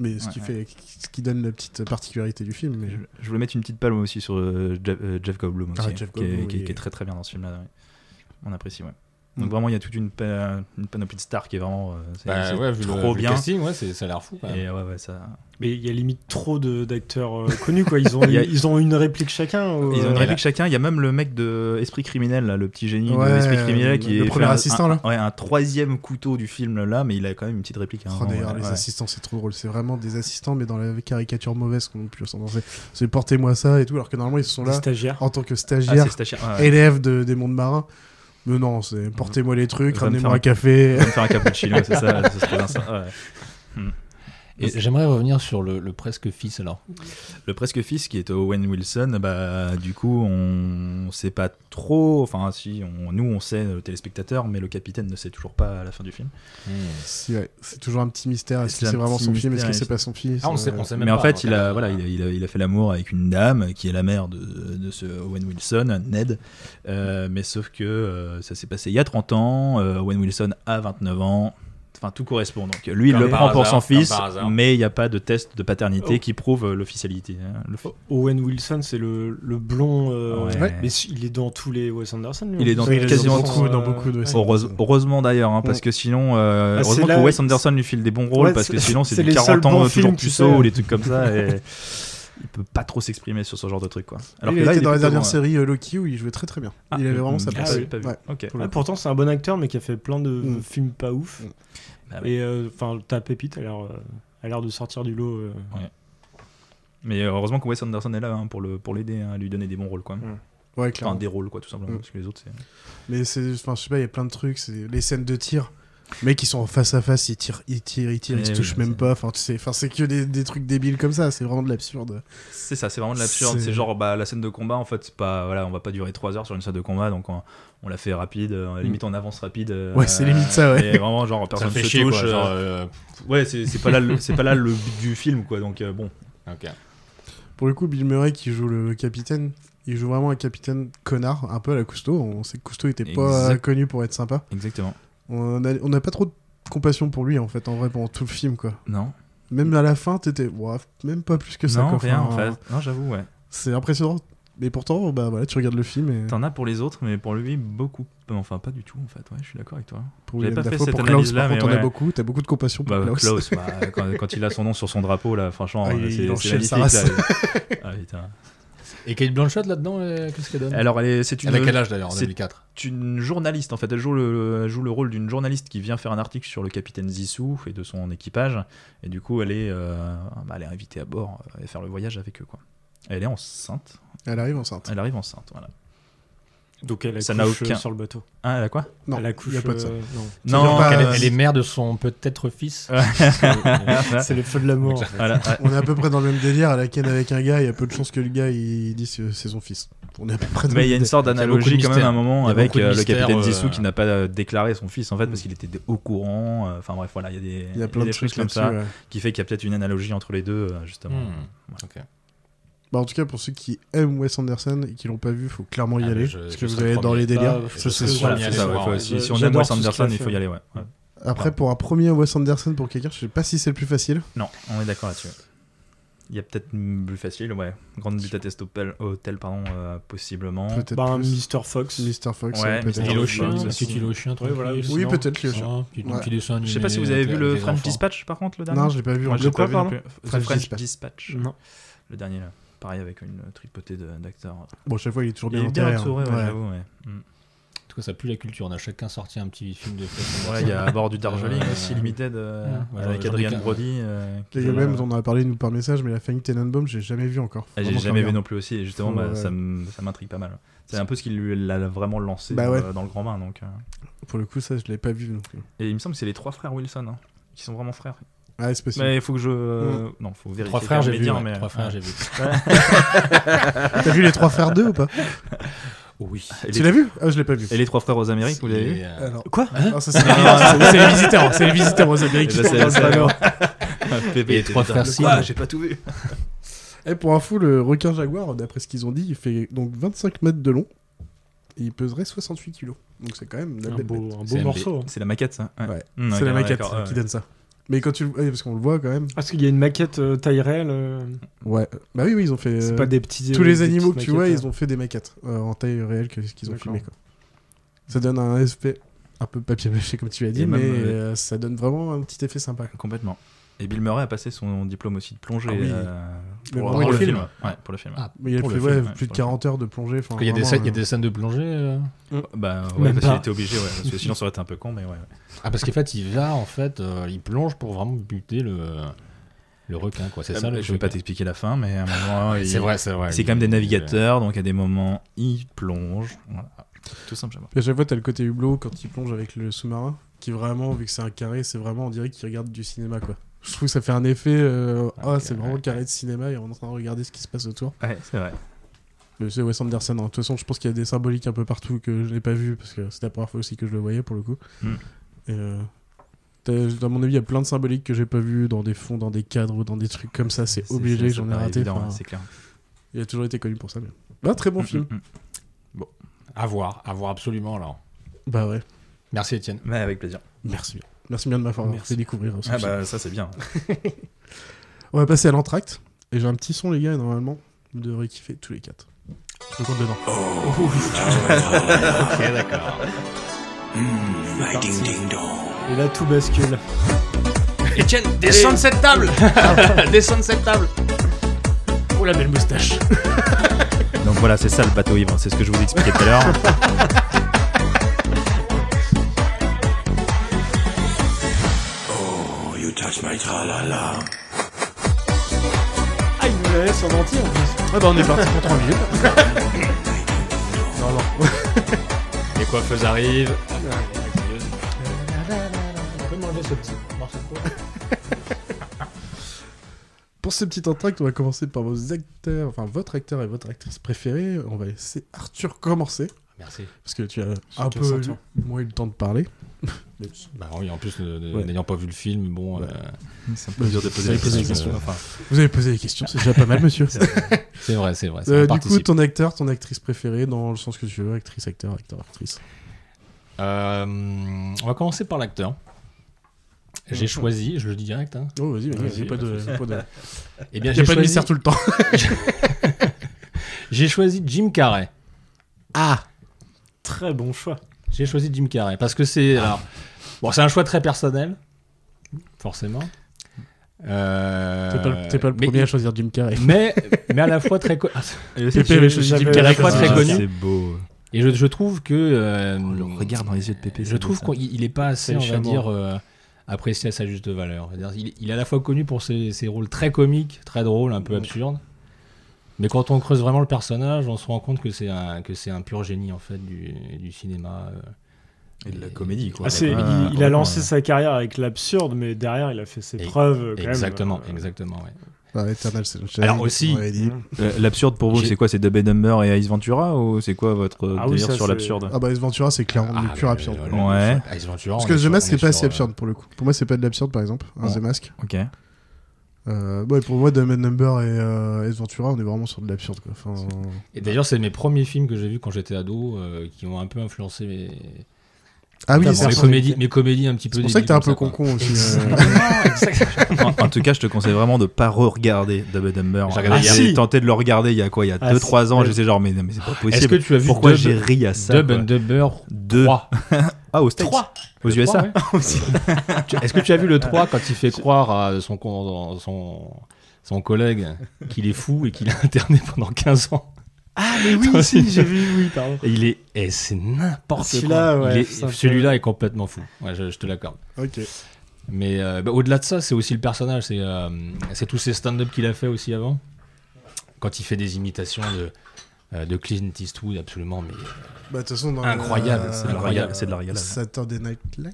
A: Mais ce
B: Ouais,
A: qui
B: ouais.
A: fait, ce qui donne la petite particularité du film. Mais...
B: Je, je voulais mettre une petite palme aussi sur euh, Jeff, euh, Jeff Goldblum aussi,
A: Ah, Jeff
B: qui, est,
A: Goldblum,
B: qui est-
A: oui.
B: qui est très très bien dans ce film-là. ouais. On apprécie, ouais. Donc
C: Mm.
B: vraiment, il y a toute une, pa- une panoplie de stars qui est vraiment euh, c'est-
C: Bah,
B: c'est
C: ouais, vu le-
B: trop
C: vu le
B: bien.
C: casting, ouais, c'est- ça a l'air fou. quand même.
B: Et ouais, ouais, ça.
D: Mais il y a limite trop de- d'acteurs euh, connus, quoi. Ils ont,
B: Il y a-
D: ils ont une réplique chacun. ou,
B: Ils ont une
D: euh,
B: réplique chacun. Il y a même le mec de Esprit criminel, là, le petit génie de
A: Ouais,
B: Esprit criminel qui
A: le
B: est
A: premier
B: fait un-
A: assistant,
B: un-
A: là.
B: Ouais, un troisième couteau du film là, mais il a quand même une petite réplique. à un
A: Oh,
B: moment,
A: d'ailleurs,
B: ouais,
A: les
B: ouais.
A: assistants, c'est trop drôle. C'est vraiment des assistants, mais dans la caricature mauvaise qu'on a pu ressentir. C'est- C'est portez-moi ça et tout, alors que normalement, ils sont
D: des
A: là
D: stagiaires.
A: en tant que
B: Ah, c'est
A: stagiaires,
B: Stagiaire, ouais, ouais.
A: élèves de- des mondes marins. Mais non, c'est portez-moi les trucs,
B: Va me
A: ramenez-moi
B: faire
A: un
B: un-
A: café.
B: Va me faire un cappuccino, c'est ça. ça serait bien ça, ouais.
C: Et j'aimerais revenir sur le, le presque fils alors.
B: Le presque fils qui est Owen Wilson, bah du coup on sait pas trop, enfin si, on, nous on sait le téléspectateur, mais le capitaine ne sait toujours pas à la fin du film.
A: Si, ouais, c'est toujours un petit mystère. Est-ce
B: C'est
A: que
B: un
A: c'est vraiment
B: petit
A: son film Est-ce
B: mystère,
A: que c'est
B: est-ce-
A: pas son fils
C: Ah, on sait,
A: Euh,
C: on sait même
B: Mais en
C: pas,
B: fait
C: hein,
B: il a,
C: quand
B: voilà,
C: même.
B: il, a, il a- il a fait l'amour avec une dame qui est la mère de, de ce Owen Wilson, Ned, Euh, mais sauf que euh, ça s'est passé il y a 30 ans, euh, Owen Wilson a 29 ans. Enfin, tout correspond. Donc, lui, il
C: Comme
B: le
C: par
B: prend pour son
C: hasard,
B: fils,
C: comme par hasard.
B: mais il n'y a pas de test de paternité
D: Oh.
B: qui prouve euh, l'officialité. hein. Le
C: Oh.
B: fi-
D: Owen Wilson, c'est le, le blond. euh,
B: Ouais.
A: Ouais.
D: Mais il est dans tous les Wes Anderson. lui, hein.
B: Il
D: en
B: est dans
D: plus.
B: Oui, il est quasiment dans
A: beaucoup- dans beaucoup de
D: ouais.
A: Wes Anderson.
B: Heureuse- heureusement d'ailleurs, hein, parce
A: Mm.
B: que sinon, euh,
D: Ah, c'est
B: heureusement
D: là-
B: que Wes Anderson lui file des bons rôles,
D: Ouais,
B: parce que
D: c'est-
B: sinon c'est
D: c'est
B: du
D: les
B: 40
D: seuls
B: ans
D: bons
B: toujours
D: films, tu
B: puceau
D: sais.
B: ou des trucs comme ça. Et... il peut pas trop s'exprimer sur ce genre de truc quoi.
A: il
B: que là,
A: était dans la
B: est plutôt
A: dernière
B: dans-
A: série euh, Loki où il jouait très très bien.
B: Ah,
A: il avait vraiment sa
B: mm,
A: place.
B: ah, oui, pas vu.
A: Ouais.
B: Ok.
D: Ah, pourtant, c'est un bon acteur, mais qui a fait plein de
A: Mm.
D: films pas ouf.
A: Mm.
B: Bah
D: Et euh, enfin, ta pépite a l'air, euh, a l'air de sortir du lot. euh.
B: Mais euh, heureusement que Wes Anderson est là hein, pour le pour l'aider, hein, à lui donner des bons rôles quoi.
A: Ouais,
B: Enfin
A: Mm, clairement.
B: des rôles quoi tout simplement
A: Mm.
B: parce que les autres c'est.
A: Mais c'est, enfin, je sais pas, il y a plein de trucs. C'est les scènes de tir. Mais qui sont en face à face, ils tirent, ils tirent, ils tirent, ils se
B: Eh oui,
A: touchent même
B: c'est-
A: pas. Enfin, tu sais, enfin, c'est que des, des trucs débiles comme ça. C'est vraiment de l'absurde.
B: C'est ça, c'est vraiment de l'absurde.
A: C'est-
B: C'est genre bah, la scène de combat, en fait, c'est pas, voilà, on va pas durer 3 heures sur une scène de combat, donc on, on la fait rapide, euh, limite en avance rapide. euh,
A: Mm. Ouais, c'est limite ça, ouais.
B: Et vraiment, genre, personne se touche.
C: quoi, genre,
B: euh,
C: euh,
B: Ouais, c'est c'est pas là, le- c'est pas là le but du film, quoi. Donc euh, bon,
C: ok.
A: Pour le coup, Bill Murray qui joue le capitaine, il joue vraiment un capitaine connard, un peu à la Cousteau. On sait que Cousteau était pas
B: Exact.
A: connu pour être sympa.
B: exactement.
A: On a- on n'a pas trop de compassion pour lui en fait, en vrai, pendant tout le film quoi.
B: Non,
A: Même à la fin, t'étais, Ouah, même pas plus que ça.
B: non,
A: quoi.
B: rien en
A: Enfin,
B: fait. Non, j'avoue, ouais.
A: C'est impressionnant. Mais pourtant, bah voilà, tu regardes le film et
B: T'en as pour les autres, mais pour lui, beaucoup. Euh, Enfin, pas du tout, en fait. Ouais, je suis d'accord avec toi.
A: pour
B: j'avais
A: Willem
B: pas fait
A: Dafoe,
B: cette
A: pour Klaus,
B: analyse-là,
A: par contre,
B: mais
A: on a
B: ouais.
A: beaucoup, t'as beaucoup de compassion pour
B: Bah,
A: Klaus.
B: Klaus, bah, quand, quand il a son nom sur son drapeau, là, franchement,
A: Ah, il-
B: euh,
A: il
B: c'est- c'est
A: enchaîne sa
B: magnifique. là. Ah, putain.
C: Et Kate Blanchett là-dedans, euh, qu'est-ce qu'elle donne
B: Alors, elle est- c'est
C: Elle a
B: une,
C: quel âge d'ailleurs en
B: c'est-
C: 2004
B: C'est une journaliste en fait. Elle joue le, elle joue le rôle d'une journaliste qui vient faire un article sur le capitaine Zissou et de son équipage. Et du coup, elle est, euh, bah, elle est invitée à bord euh, et faire le voyage avec eux. Quoi. Elle est enceinte.
A: Elle arrive enceinte.
B: Elle arrive enceinte. Voilà.
D: Donc elle
B: Ça n'a
D: accouche euh,
B: aucun-
D: sur le bateau.
B: Ah, elle a quoi
A: Non,
D: elle accouche.
A: y a pas de ça.
D: euh, non.
A: Non,
C: Donc,
A: pas-
C: elle, est-
A: euh,
C: elle est mère de son peut-être fils.
D: C'est les feux de l'amour.
B: Voilà, ouais.
A: On est à peu près dans le même délire à la ken avec un gars, il y a peu de chances que le gars il dise que c'est son fils. On est à peu près dans
B: Mais il y a
A: le
B: une sorte
C: beaucoup de
B: d'analogie quand même à
C: mystères.
B: un moment
C: Il y a
B: avec
C: beaucoup de
B: euh, le
C: mystères,
B: capitaine
C: euh,
B: Zissou qui n'a pas euh, déclaré son fils en fait parce qu'il était d- au courant. euh, Enfin bref, voilà, il y a des,
A: Il y a plein
B: des
A: de
B: trucs
A: choses
B: comme ça
A: là-dessus, ouais.
B: qui fait qu'il y a peut-être une analogie entre les deux euh, justement.
C: Hmm. Ok.
A: Bah, en tout cas, pour ceux qui aiment Wes Anderson et qui l'ont pas vu, faut clairement y
C: Ah, mais
A: aller.
C: je-
A: parce
C: je
A: que vous
C: serai
A: allez
C: le
A: dans
C: premier.
A: les délires.
D: Ah,
A: Ça, c'est
C: je-
A: sûr.
C: voilà.
B: C'est
C: aller
B: ça,
C: voir,
B: ouais, faut-
D: ouais.
B: si,
D: Je-
B: si on aime
D: j'adore
B: Wes
D: tout ce qu'il a
B: Anderson, il
D: fait.
B: faut y aller. Ouais. Ouais.
A: Après, pour un premier Wes Anderson, pour quelqu'un, je sais pas si c'est le plus facile.
B: Non, on est d'accord là-dessus. Il y a peut-être une plus facile, ouais. Grande but à test hôtel, hôtel, pardon, euh, possiblement.
A: Peut-être
D: Bah, un
A: plus.
D: Mr. Fox.
A: Mr. Fox.
B: Ouais,
A: peut-être.
B: Mr.
C: Et le
B: Fox,
C: chien,
B: ouais.
C: un petit îlot chien,
D: Oui, voilà.
C: tranquille,
A: Oui,
C: sinon,
A: peut-être le
C: ça,
A: chien.
C: un Petit, un
A: Ouais.
C: petit dessin
B: Je
C: animé
B: sais pas si vous avez
C: avec
B: vu
C: les-
B: le
C: les
B: French
C: enfants.
B: Dispatch par contre, le dernier
A: Non, je l'ai pas vu.
B: Moi,
A: encore.
B: j'ai
D: quoi,
B: pas vu
D: pardon
B: non plus. The
A: French
B: French,
A: Dispatch.
B: Dispatch.
D: Non.
B: Le dernier là. Pareil avec une tripotée de- d'acteurs.
A: Bon, chaque fois, il est toujours
B: Il
A: bien
B: est bien
A: enterré.
B: entouré, ouais,
A: hein. Ouais.
B: j'avoue. Ouais. Mm.
C: En tout cas, ça pue la culture. On a chacun sorti un petit film de
B: Ouais, il y a à bord du Darjeeling
C: Euh,
B: aussi, Limited, euh,
C: ouais,
B: avec
C: j'en ai
B: Adrian
C: qu'un.
B: Brody. euh, qui
A: Et
B: est là.
A: même, on en a parlé nous par message, mais la Fanny Tenenbaum, j'ai jamais vu encore.
B: Ah, J'ai
A: Vraiment,
B: jamais
A: je la
B: vu
A: regarde.
B: non plus aussi, et justement,
A: Faut,
B: bah,
A: ouais.
B: ça m- ça m'intrigue pas mal. C'est un peu ce qui lui l'a vraiment lancé
A: Bah
B: dans,
A: ouais.
B: euh, dans le grand bain. Donc, euh.
A: Pour le coup, ça, je l'ai pas vu non plus.
B: Et il me semble que c'est les trois frères Wilson, hein, qui sont vraiment frères.
A: Ah, c'est possible.
B: Mais il faut que je.
A: Mm.
B: Non, faut vérifier.
C: Trois frères,
B: quand
C: j'ai
B: même
C: vu.
B: les
C: ouais,
B: liens, mais- euh,
C: Trois frères,
B: ouais.
C: j'ai vu.
A: T'as vu les trois frères deux ou pas
C: Oui.
B: Et
A: Tu
B: les-
A: l'as vu Ah, je l'ai pas vu.
B: Et les trois frères aux Amériques, vous l'avez vu
C: Et, euh,
A: Alors,
D: Quoi
B: Hein
A: ah, ça, c'est
B: non, non,
A: c'est- c'est les visiteurs, c'est les visiteurs aux Amériques.
B: Ah, Eh ben, c'est- c'est- Pépé,
C: Et
B: t'es
C: trois
B: dedans.
C: frères
B: De
C: Sim.
B: quoi Ah, J'ai pas tout vu.
A: Et Eh, pour info, le requin jaguar, d'après ce qu'ils ont dit, il fait donc 25 mètres de long et il peserait 68 kilos. Donc c'est quand même la
D: Un
A: belle bête.
D: beau, un beau
C: C'est
D: morceau. hein.
B: C'est la maquette, ça
A: Ouais.
B: Hmm,
A: C'est
B: ok,
A: la
B: ouais,
A: maquette
B: d'accord,
A: euh,
B: ouais.
A: qui donne ça. Mais quand tu le... ouais, parce qu'on le voit quand même.
D: Parce qu'il y a une maquette euh, taille réelle. euh,
A: Ouais. Bah oui, oui, ils ont fait.
D: C'est
A: euh,
D: pas des petits.
A: Tous
D: euh,
A: les
D: des
A: animaux que
D: petites
A: tu vois,
D: maquettes,
A: ils ont fait des maquettes euh, en taille réelle que ce qu'ils ont
D: D'accord.
A: filmé. Quoi. Ça donne un aspect un peu papier mâché comme tu l'as dit,
B: même,
A: mais
B: euh,
A: euh, ça donne vraiment un petit effet sympa.
B: Complètement. Et Bill Murray a passé son diplôme aussi de plongée
A: Ah oui.
B: euh,
A: Mais
B: pour,
A: bon,
B: pour
A: il
B: le
A: fait-
B: film. Ouais, pour le film.
C: Ah,
A: Mais il y a
B: Pour
A: plus,
B: le
A: ouais,
B: film, ouais,
A: plus de
B: pour le
A: 40 heures de plongée. enfin,
C: Il y, a des
A: vraiment,
C: scènes, il y a
A: euh,
C: des scènes de plongée. euh
B: Bah ouais,
D: Même
B: parce
D: pas.
B: qu'il était obligé, ouais, parce que sinon ça aurait été un peu con, mais ouais. ouais.
C: Ah, parce qu'en fait, il va, en fait, euh, il plonge pour vraiment buter le, le requin, quoi. C'est ça
B: Euh,
C: le
B: je vais
C: truc.
B: pas t'expliquer la fin, mais à un moment, il-
C: C'est vrai, c'est vrai.
B: c'est quand même des navigateurs, donc à des moments, ils plongent. Voilà. Tout simplement.
A: Puis à chaque fois, t'as le côté hublot quand il plonge avec le sous-marin, qui vraiment, vu que c'est un carré, c'est vraiment, on dirait qu'il regarde du cinéma, quoi. Je trouve que ça fait un effet, euh, ah,
C: ok,
A: c'est vraiment
C: ouais.
A: le carré de cinéma et on est en train de regarder ce qui se passe autour.
B: Ouais, c'est vrai.
A: Mais c'est Wes Anderson, hein. de toute façon, je pense qu'il y a des symboliques un peu partout que je n'ai pas vu, parce que c'était la première fois aussi que je le voyais, pour le coup.
B: Hmm.
A: Et, euh, t'as- à mon avis, il y a plein de symboliques que j'ai pas vu dans des fonds, dans des cadres, dans des trucs comme ça, c'est obligé que
B: ça
A: j'en ai
B: paraît
A: raté.
B: évident,
A: enfin,
B: ouais, C'est clair.
A: il a toujours été connu pour ça, mais... Bah, très bon film.
B: Mm, mm, mm.
C: À voir, à voir absolument, alors.
A: Bah ouais,
C: Merci, Étienne.
B: Mais avec plaisir.
A: merci. Merci bien de m'avoir
D: Merci.
A: fait découvrir ce
B: Ah
A: film.
B: bah ça c'est bien.
A: On va passer à l'entracte. Et j'ai un petit son, les gars, et normalement, vous devrez kiffer tous les quatre. Je compte dedans.
C: Ok, d'accord.
D: Et là, tout bascule.
C: Étienne, descends de cette table Descends de cette table
A: Oh la belle moustache
B: Donc voilà, c'est ça le bateau ivre, c'est ce que je vous expliquais tout à l'heure.
D: Ah, il nous la laisse en entier en plus.
A: Ah bah on est parti pour 3 minutes.
C: Les coiffeuses arrivent. On peut m'enlever ce petit morceau de peau
A: Pour ce petit entracte, on va commencer par vos acteurs, enfin votre acteur et votre actrice préférée. On va laisser Arthur commencer.
C: Merci.
A: Parce que tu as un
D: Surtout
A: peu
D: sans toi.
A: moins eu le temps de parler.
C: Bah oui, en plus, ne- ne-
A: Ouais.
C: n'ayant pas vu le film, bon... euh,
B: C'est un peu dur de poser
A: J'avais
B: des
A: posé
B: questions.
A: des questions.
B: Enfin,
A: Vous avez posé des questions, c'est déjà pas mal, monsieur.
C: C'est vrai, c'est vrai. ça
A: Euh, du coup,
C: participe.
A: ton acteur, ton actrice préférée, dans le sens que tu veux, actrice, acteur, acteur, actrice.
C: Euh, on va commencer par l'acteur. J'ai choisi, je le dis direct, hein.
A: Oh, vas-y, vas-y,
C: Vas-y,
A: y a pas de. pas de-
C: Eh bien,
A: y a
C: j'ai
A: pas de
C: choisi,
A: mystère tout le temps.
C: j'ai choisi Jim Carrey.
A: Ah
D: Très bon choix.
C: J'ai choisi Jim Carrey parce que c'est
B: Ah.
C: alors, bon, c'est un choix très personnel, forcément. Euh,
A: T'es pas le- t'es pas, le
C: mais-
A: premier à choisir Jim Carrey.
C: Mais, mais à la fois très co- ah, c'est-
A: Pépé avait choisi Jim
D: j'avais-
A: Carrey.
C: j'avais pas
A: parce
C: très
A: que-
C: connu.
B: C'est beau.
C: et je, je trouve que euh,
B: Oh, dans les yeux de Pépé.
C: je trouve qu'il n'est pas assez,
D: C'est
C: on
D: le
C: va
D: chameau.
C: dire, euh, apprécié à sa juste valeur. C'est-à-dire, Il, il est à la fois connu pour ses, ses rôles très comiques, très drôles, un peu absurdes. Mais quand on creuse vraiment le personnage, on se rend compte que c'est un, que c'est un pur génie en fait du, du cinéma. euh.
B: Et de la comédie quoi.
D: Ah, c'est-
B: Ouais,
D: il- il, a
B: ouais,
D: lancé
B: ouais.
D: sa carrière avec l'absurde, mais derrière, il a fait ses
C: Et-
D: preuves. Quand même.
C: exactement,
D: Euh,
C: exactement. ouais.
A: Ah, Eternal, c'est le chef.
C: Alors aussi-
A: on avait dit.
B: Euh, L'absurde pour vous,
C: J'ai-
B: c'est quoi C'est Dub and Dumber et Ice Ventura ou c'est quoi votre euh,
D: Ah oui,
B: délire
D: ça,
B: sur
D: c'est-
B: l'absurde
A: Ah euh, bah Ace Ventura c'est clairement le
C: Ah,
A: pur
C: le-
A: absurde.
C: le- le-
B: Ouais.
C: Ace Ventura,
A: Parce
C: on
A: que
C: est
A: The
C: sur-
A: Mask
C: on
A: c'est
C: est
A: pas
C: sur,
A: assez
C: euh,
A: absurde pour le coup. Pour moi c'est pas de l'absurde par exemple, un
B: Bon.
A: The Mask.
B: Ok.
A: Euh, ouais, pour moi Dumb and Number et euh, Ace Ventura on est vraiment sur de l'absurde quoi. Enfin,
C: euh, Et d'ailleurs, c'est mes premiers films que j'ai vus quand j'étais ado euh, qui ont un peu influencé mes,
A: Ah oui,
C: notamment
A: c'est
C: mes, comédies, mes comédies un petit peu.
A: C'est pour ça que t'es un peu
C: débiles comme ça,
A: con-con aussi. euh.
D: Ah,
B: en, en tout cas, je te conseille vraiment de pas re-regarder Dub and Dumber. Ah,
C: J'ai regardé
B: J'ai
D: hier.
B: tenté de le regarder il y a quoi Il y a
D: Ah,
B: 2-3
D: si.
B: ans,
D: Ouais.
B: j'étais genre, mais, non, mais c'est pas
C: quoi. Est-ce que
B: possible.
C: tu as vu
B: Pourquoi
C: Dub-
B: j'ai ri à ça
C: Dub
B: quoi
C: and Dubber
B: Deux.
C: 3
B: Ah, aux States Aux USA
C: Tu- Est-ce que tu as vu le 3 quand il fait croire à son, con- son, son collègue qu'il est fou et qu'il est interné pendant 15 ans
D: Ah, mais oui,
C: Toi
D: si,
C: aussi.
D: j'ai vu, oui, pardon.
C: Et Il est, et c'est n'importe quoi.
D: Celui-là, ouais,
C: Il est-
D: c'est un peu-
C: Celui-là est complètement fou. Ouais, je, je te l'accorde.
A: ok.
C: Mais euh, bah, au-delà de ça, c'est aussi le personnage. C'est euh, c'est tous ces stand-up qu'il a fait aussi avant. Quand il fait des imitations de, euh, de Clint Eastwood, absolument. Mais
A: Bah de toute façon dans
C: Incroyable,
A: le-
C: c'est
B: C'est de la régal- c'est de la régalade.
A: Saturday Night Live.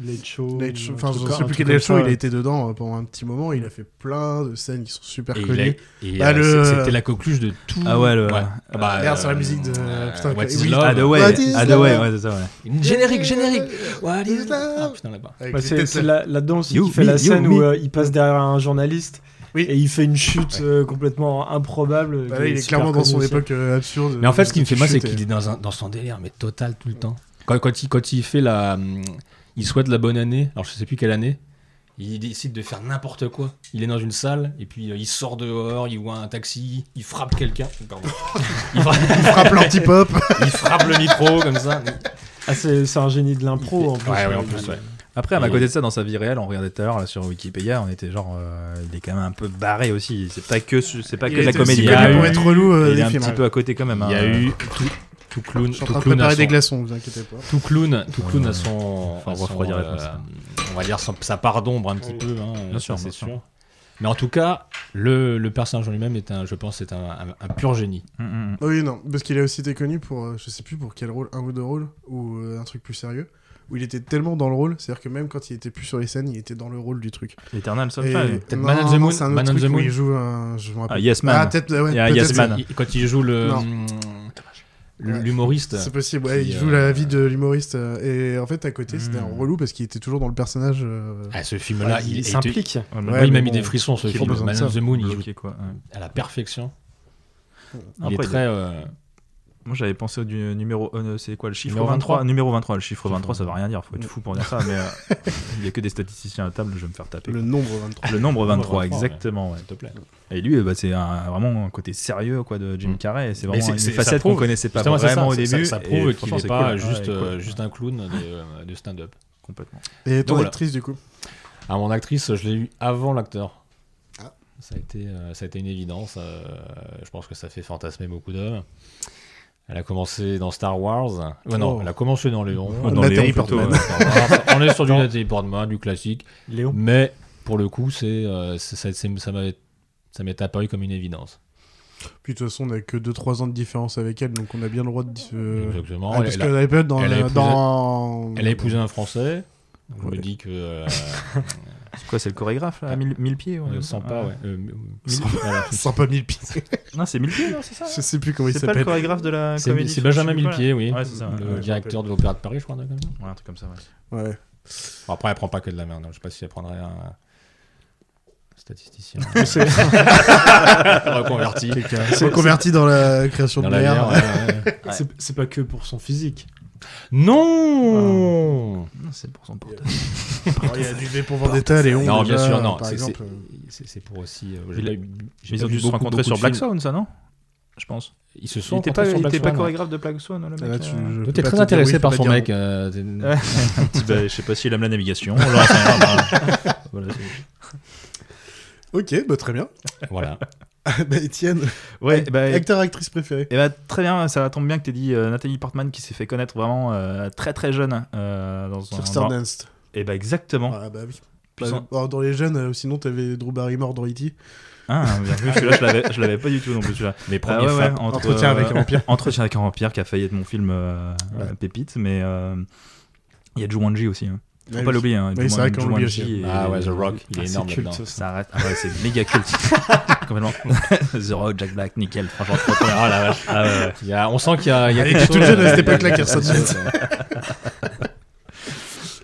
D: Late Show.
A: Late Show-
D: un
A: Enfin,
D: truc
A: je
D: comme-
A: sais
D: un
A: plus
D: truc
A: quel late
D: comme
A: show
D: ça,
A: il a
D: ouais.
A: été dedans euh, pendant un petit moment. Il a fait plein de scènes qui sont super
C: et il a-
A: connues.
C: et,
A: Bah,
C: euh,
A: le-
C: c'est- c'était la coqueluche de tout.
B: Ah ouais, le-
C: Ah bah,
A: Regarde sur la
C: euh,
A: musique de-
C: euh,
A: putain,
C: What
A: que-
C: is
A: oui.
C: Love.
B: Ah, de ouais,
A: What is
B: ah, de ouais,
A: love
B: ouais, c'est ça, ouais.
C: Générique, générique. What is
A: is
C: love Ah
A: love
C: putain là-bas.
A: Avec
D: Bah,
A: les
D: c'est
A: têtes-
D: c'est là- là-dedans aussi
B: You,
D: qu'il fait
B: me,
D: la
B: you,
D: scène
B: me.
D: où euh, il passe derrière un journaliste
A: Oui.
D: et il fait une chute euh, complètement improbable.
A: Bah,
D: qui
A: là, il est
D: super
A: clairement dans son
D: connue aussi.
A: époque euh, absurde.
C: Mais en fait, ce qui me fait mal, c'est
A: Chute,
C: qu'il est dans, un, dans son délire, mais total tout le temps. Quand, quand il, quand il fait la. hum, Il souhaite la bonne année, alors je sais plus quelle année. Il décide de faire n'importe quoi. Il est dans une salle, et puis euh, il sort dehors, il voit un taxi, il frappe quelqu'un. Pardon. il, frappe,
A: il frappe l'anti-pop.
C: il frappe le micro, comme ça.
D: Ah, c'est c'est un génie de l'impro en plus.
C: Ouais, ouais, en plus, ouais.
B: Après, à ma
C: Et-
B: côté de ça, dans sa vie réelle, on regardait tout à l'heure là, sur Wikipédia, on était genre, euh, il est quand même un peu barré aussi. C'est pas que, su- c'est pas que de la comédie.
A: Il
C: connu
A: est
C: pour
A: être relou
B: il
A: euh,
B: est
A: des
B: un
A: films.
B: petit
A: hein.
B: peu à côté quand même.
C: Il y a
B: hein.
C: eu Euh, tout, tout clown.
A: Je suis en
C: tout
A: train de
C: clown à
A: préparer des
C: son-
A: glaçons, vous inquiétez pas.
C: Tout clown, tout
B: Ouais,
C: clown
B: ouais,
C: à son,
B: Faut
C: à son, euh,
B: refroidir la personne.
C: on va dire son- sa part d'ombre un petit peu, hein, ça,
B: sûr, bien
C: c'est
B: sûr.
C: sûr. Mais en tout cas, le, le personnage en lui-même est un, je pense, est un, un- un pur génie.
B: Mm, mm, mm.
A: Ah Oui, non, parce qu'il a aussi été connu pour, euh, je sais plus pour quel rôle, un ou deux rôles, ou euh, un truc plus sérieux, où il était tellement dans le rôle, c'est-à-dire que même quand il était plus sur les scènes, il était dans le rôle du truc.
B: Eternal
A: Et-
B: Sunfall.
C: peut-être
A: non,
C: Man on the
A: non,
C: Moon,
A: c'est un autre
C: Man on
A: truc
C: the
A: où
C: Moon.
A: il joue un... Je me
B: Ah,
A: rappelle.
B: yes
A: Ah,
B: Man.
A: peut-être, ouais,
B: Il y a
A: peut-être,
B: Yes
A: c'est-
B: Man.
C: Il- quand il joue le
A: Non.
C: hum, l'humoriste,
A: C'est possible, ouais,
C: Qui,
A: il joue
C: euh,
A: la vie de l'humoriste. euh, Et en fait, à côté, c'était un
B: Hmm.
A: relou parce qu'il était toujours dans le personnage. euh,
C: ah, ce film-là, il,
D: il
C: était-
D: s'implique.
B: Ouais,
A: Ouais,
C: moi, il m'a
A: mais
C: mis
A: bon,
C: des frissons ce
A: qui a
C: film.
A: besoin de
C: Man on
A: ça
C: the Moon, il joue
B: Ah, bloqué, quoi. ouais.
C: à la perfection. il
B: Après,
C: est très euh,
B: Moi j'avais pensé du numéro. euh, c'est quoi le chiffre
C: Numéro
B: 23,
C: 23.
B: Numéro 23. Le chiffre
C: Chiffre
B: 23, ça veut rien dire. Faut être fou pour dire ça. Mais euh, il y a que des statisticiens à table, je vais me faire taper.
A: Le nombre 23.
B: Le nombre 23,
C: 23,
B: exactement. ouais.
C: s'il te plaît.
B: Et lui, euh, bah, c'est un- vraiment un côté sérieux quoi, de Jim
C: Mm.
B: Carrey. C'est
C: Mais
B: vraiment
C: c'est-
B: une
C: c'est- ça
B: facette qu'on
C: prouve-
B: connaissait pas
C: Justement, c'est
B: vraiment
C: ça,
B: au
C: ça-
B: début.
C: Ça, ça
B: et
C: prouve qu'il
B: franchement,
C: n'est
B: c'est
C: pas
B: cool.
C: juste,
B: Ouais,
C: euh,
B: cool.
C: juste un clown de, euh, de stand-up.
B: Complètement.
A: Et ton
C: voilà.
A: actrice, du coup
C: À Ah, mon actrice, je l'ai eu avant l'acteur.
A: Ah.
C: Ça, a été, euh, ça a été une évidence. euh, je pense que ça fait fantasmer beaucoup d'hommes. Elle a commencé dans Star Wars. Ouais, Non,
A: Oh.
C: elle a commencé dans Léon.
A: Oh,
B: dans
A: Nathalie
B: Léon, plutôt,
A: Portman.
B: ouais.
C: Star Wars. On est sur du Nathalie Portman, du classique.
D: Léo.
C: Mais pour le coup, c'est, euh, c'est- ça, c'est- ça m'avait- ça m'est apparu comme une évidence.
A: Puis de toute façon, on a que 2-3 ans de différence avec elle, donc on a bien le droit de. euh,
C: Exactement.
A: ah,
C: Oh, Elle-
A: parce
C: elle, a-
A: qu'elle avait pas dans.
C: elle a
A: la-
C: épousé-
A: dans...
C: elle a épousé un Français. Donc Je
A: Ouais.
C: me dis que. euh,
B: C'est quoi, c'est le chorégraphe là, à 1000 1000 pieds
C: Ah. on
B: ouais,
C: ne sent
A: Ah.
C: pas, ouais. Euh,
A: Sans-
C: voilà.
A: Sans pas mille pieds.
B: Non, c'est 1000 pieds, non, c'est ça
A: Je sais plus comment il
B: C'est pas le
A: s'appelle.
B: chorégraphe de la
C: C'est
B: comédie
C: c'est Benjamin
B: je sais plus
C: Millepied, oui.
B: Ouais, c'est ça, ouais,
C: le
B: ouais, je
C: directeur de l'Opéra de Paris, je crois. un truc comme ça.
B: quoi. Ouais, un truc comme ça, ouais.
A: Ouais.
C: Bon, après, elle prend pas que de la merde. hein. Je sais pas si elle prendrait un statisticien
D: C'est-
C: reconverti.
A: C'est converti dans la création
C: Dans
A: de
C: la
A: l'air.
C: bière, ouais, ouais.
D: C'est c'est pas que pour son physique.
C: Non
B: Non, Ah, c'est pour son portable.
A: Il y a du V pour Vendetta, Léon.
C: Non, bien
A: déjà,
C: sûr, non.
A: Par
C: C'est-
A: exemple. euh,
C: C'est c'est pour aussi. euh,
B: Il
C: j'ai
B: a-
C: pas eu- j'ai
B: Ils
C: pas
B: ont
C: vu
B: dû se
C: beaucoup,
B: rencontrer
C: beaucoup
B: sur
C: de
B: Black
C: films.
B: Swan, ça, non Je pense.
C: Ils se sont
B: Il était pas,
C: rencontrés
B: il
C: sur Black
B: était pas
C: Swan, ouais.
B: chorégraphe de Black Swan, le mec.
A: Là, tu-
B: euh,
A: je
C: Toi,
A: peux
C: t'es
A: pas te dire
C: très
A: oui,
C: intéressé
A: je peux
C: par
A: pas
C: son
A: dire
C: mec.
A: non.
C: euh, t'es-
B: Un petit peu, Bah, je sais pas s'il aime la navigation. on leur enseigne rien, ben, voilà, c'est-
A: Ok, bah très bien.
C: Voilà.
A: Bah Étienne,
B: ouais, bah,
A: acteur, actrice préférée.
B: eh ben, très bien, ça tombe bien que tu dit euh, Nathalie Portman qui s'est fait connaître vraiment euh, très très jeune euh, dans un.
A: Sur
B: dans-
A: Stardance.
B: Eh ben exactement.
A: Ah bah oui.
B: Puissant.
A: Bah, alors, dans les jeunes, euh, sinon t'avais Drew Barrymore dans E E.T.
B: Ah, bien vu, parce que là je l'avais, je l'avais pas du tout non plus. celui-là.
C: Mes
B: Ah
C: premiers
B: ouais, ouais,
C: femmes.
B: entre, euh,
A: Entretien avec un vampire.
B: Entretien avec un vampire qui a failli être mon film euh,
A: Ouais.
B: euh, pépite, mais euh, il y a Jumanji aussi. Hein. Faut
A: Ah
B: pas
A: oui.
B: l'oublier. Hein.
A: Oui, c'est vrai qu'on l'oublie
B: Jumanji
A: aussi.
B: et-
C: Ah ouais, The Rock, il
D: Ah,
C: est
D: c'est
C: énorme
D: culte,
C: là-dedans.
D: ça.
B: Ça arrête. Ah ouais, c'est méga culte. Complètement. The Rock, Jack Black, nickel. Franchement, trop bien. Ah la vache. Ah ouais, ouais.
C: Il y a- On sent qu'il y a, il y a
A: Elle
C: quelque
A: était toute
C: chose,
A: jeune à
C: euh,
A: cette
C: il y a-
A: époque-là,
C: il y a
A: Kirsten
C: quelque chose, euh,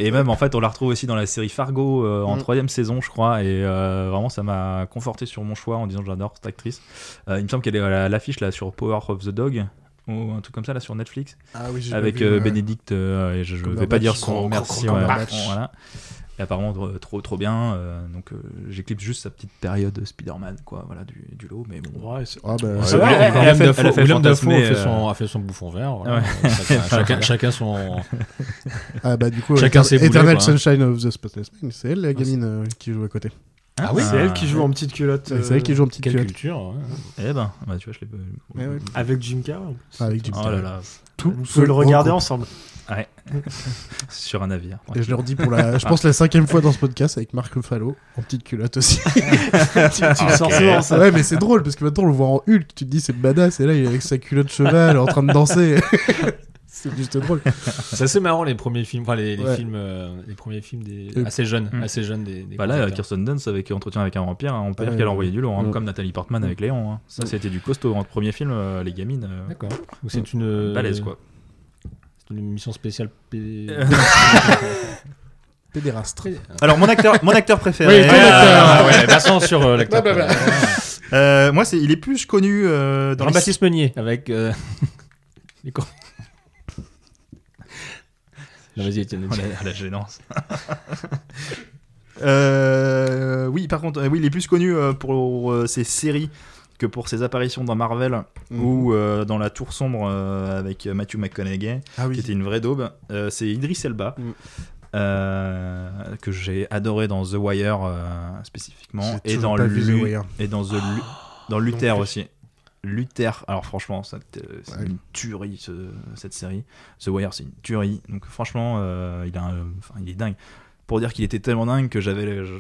B: Et même, en fait, on la retrouve aussi dans la série Fargo euh, en
A: Mm.
B: troisième saison, je crois. Et euh, vraiment, ça m'a conforté sur mon choix en disant j'adore cette actrice. Euh, il me semble qu'elle est à l'affiche là sur Power of the Dog ou un truc comme ça là sur Netflix
A: Ah oui, j'ai pas
B: avec
A: vu,
B: euh,
A: ouais.
B: Benedict. euh, et je ne vais
A: Cumberbatch.
B: pas dire son merci. ouais.
A: Cumberbatch.
B: Voilà. Et apparemment euh, trop trop bien. euh, donc euh, j'éclipse juste sa petite période Spider-Man quoi, voilà du, du lot. Mais bon.
D: Ouais, c'est-
A: Ah bah,
C: Ouais,
B: Ça
A: ouais.
B: va,
C: William-
B: elle- elle a
C: William
B: fait-
C: Dafoe-
B: elle a fait
C: William Dafoe
B: fantasmer,
C: a fait son-
B: euh,
C: a fait son bouffon vert. voilà.
B: Ouais.
C: Euh, Chacun, chacun- chacun son.
A: Ah bah du coup,
C: Chacun
A: Etern-
C: ses boulets,
A: Eternal
C: quoi, hein.
A: Sunshine of the Spotless Mind, c'est elle la gamine euh, qui joue à côté.
C: Ah oui,
D: C'est elle qui joue en petite culotte.
A: C'est elle qui joue en petite
C: Quelle
A: culotte.
C: culture. ouais.
B: Eh ben, bah, tu vois, je l'ai pas.
A: Ouais, ouais.
D: euh, Avec Jim Carrey. en plus.
A: Ah, Avec du
B: Oh là là,
A: Tout
D: Vous
A: se
D: pouvez le regarder
A: recoupe.
D: ensemble.
B: sur un navire.
A: Et je leur dis pour la, je pense la cinquième fois dans ce podcast avec Marc Ruffalo en petite culotte aussi.
D: Tu le sors souvent, ça.
A: ouais, mais c'est drôle parce que maintenant on le voit en Hulk, tu te dis c'est badass et là il est avec sa culotte cheval en train de danser. c'est juste drôle.
C: C'est assez marrant les premiers films, enfin les, les
A: Ouais.
C: films, euh, les premiers films des
A: Euh,
C: assez jeunes,
B: hmm.
C: assez jeunes des. des
B: Bah là,
C: concepteurs.
B: Kirsten Dunst avec Entretien avec un vampire, hein, on peut
A: Ah,
B: dire qu'elle a
A: ouais.
B: envoyé du lourd, hein,
A: Ouais.
B: comme Nathalie Portman avec Léon. hein. Ça,
A: Ouais.
B: c'était du costaud. En premier film, euh, les gamines, euh,
C: D'accord. Euh, Donc c'est une
B: balèze euh, quoi.
C: c'est une mission spéciale. P...
B: Euh,
A: Pédérastre.
B: Alors, mon acteur, mon acteur préféré.
C: Oui, ah, ouais, passons sur euh, l'acteur.
B: Euh, moi, c'est, il est plus connu euh, dans les-
C: Jean-Baptiste Meunier avec. euh, les cor- Non, vas-y, Étienne,
B: Oh,
C: Étienne.
B: la, la gênance. Euh, oui, par contre, euh, oui, il est plus connu euh, pour euh, ses séries que pour ses apparitions dans Marvel
A: Mhm.
B: ou euh, dans La Tour Sombre euh, avec euh, Matthew McConaughey,
A: Ah
B: qui
A: oui.
B: était une vraie daube, euh, c'est Idris Elba.
A: Mm.
B: euh, que j'ai adoré dans The Wire euh, spécifiquement
A: J'ai
B: et
A: toujours
B: dans,
A: pas vu The
B: Lu-
A: Wire.
B: et dans The Lu-
D: Ah,
B: dans Luther
A: plus.
B: aussi Luther alors franchement ça, euh, c'est
A: Ouais.
B: une tuerie ce- cette série The Wire c'est une tuerie donc franchement euh, il a un- enfin, il est dingue pour dire qu'il était tellement dingue que j'avais le- je-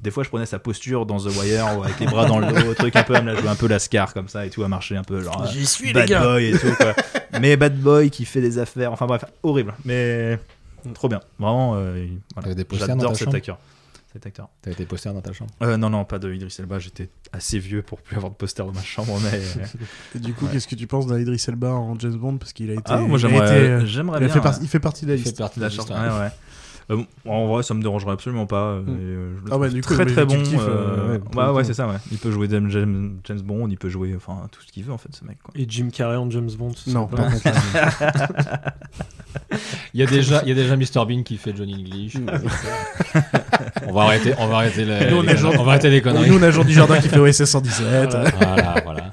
B: des fois je prenais sa posture dans The Wire ou avec les bras dans le dos truc un peu elle me la jouait un peu lascar comme ça et tout à marcher un peu genre euh,
D: J'y suis,
B: bad boy et tout quoi. mais bad boy qui fait des affaires enfin bref horrible mais trop bien vraiment euh, il- voilà.
C: T'avais des posters dans
B: j'adore
C: ta
B: cet
C: chambre
B: acteur cet acteur
C: T'avais des posters dans ta chambre.
B: euh, non non pas de Idris Elba j'étais assez vieux pour plus avoir de poster dans ma chambre mais euh,
A: Et du coup, qu'est-ce que tu penses d'Idris Elba en James Bond Parce qu'il a été.
B: ah, moi
A: il a
B: j'aimerais
A: été, euh,
B: j'aimerais
A: il, a
B: bien
A: fait partie- il fait partie de la
C: Il fait
A: liste.
C: partie de
B: la
C: la
B: charte,
C: histoire.
B: ouais, ouais. Euh, bon, en vrai, ça me dérangerait absolument pas. euh,
A: Mm.
B: et, euh, je le
A: Ah ouais,
B: trouve
A: du coup,
B: très
A: mais
B: très
A: tu
B: bon.
A: kiffes,
B: euh,
A: euh, ouais, pour
B: ouais,
A: le
B: ouais,
A: coup.
B: c'est ça. Ouais. Il peut jouer James, James, James Bond, il peut jouer enfin tout ce qu'il veut en fait, ce mec. Quoi.
D: Et Jim Carrey en James Bond. ce
A: Non,
D: serait
A: par
D: pas-
A: contre. là,
C: Il y a déjà, il y a déjà Mr Bean qui fait Johnny English. Euh, on va arrêter, on va arrêter les,
A: Nous, on
C: les-
A: est gentil.
C: on va arrêter les
A: on-
C: conneries.
A: Nous, on a Jean Dujardin qui fait OSS 117. euh,
C: Voilà, voilà.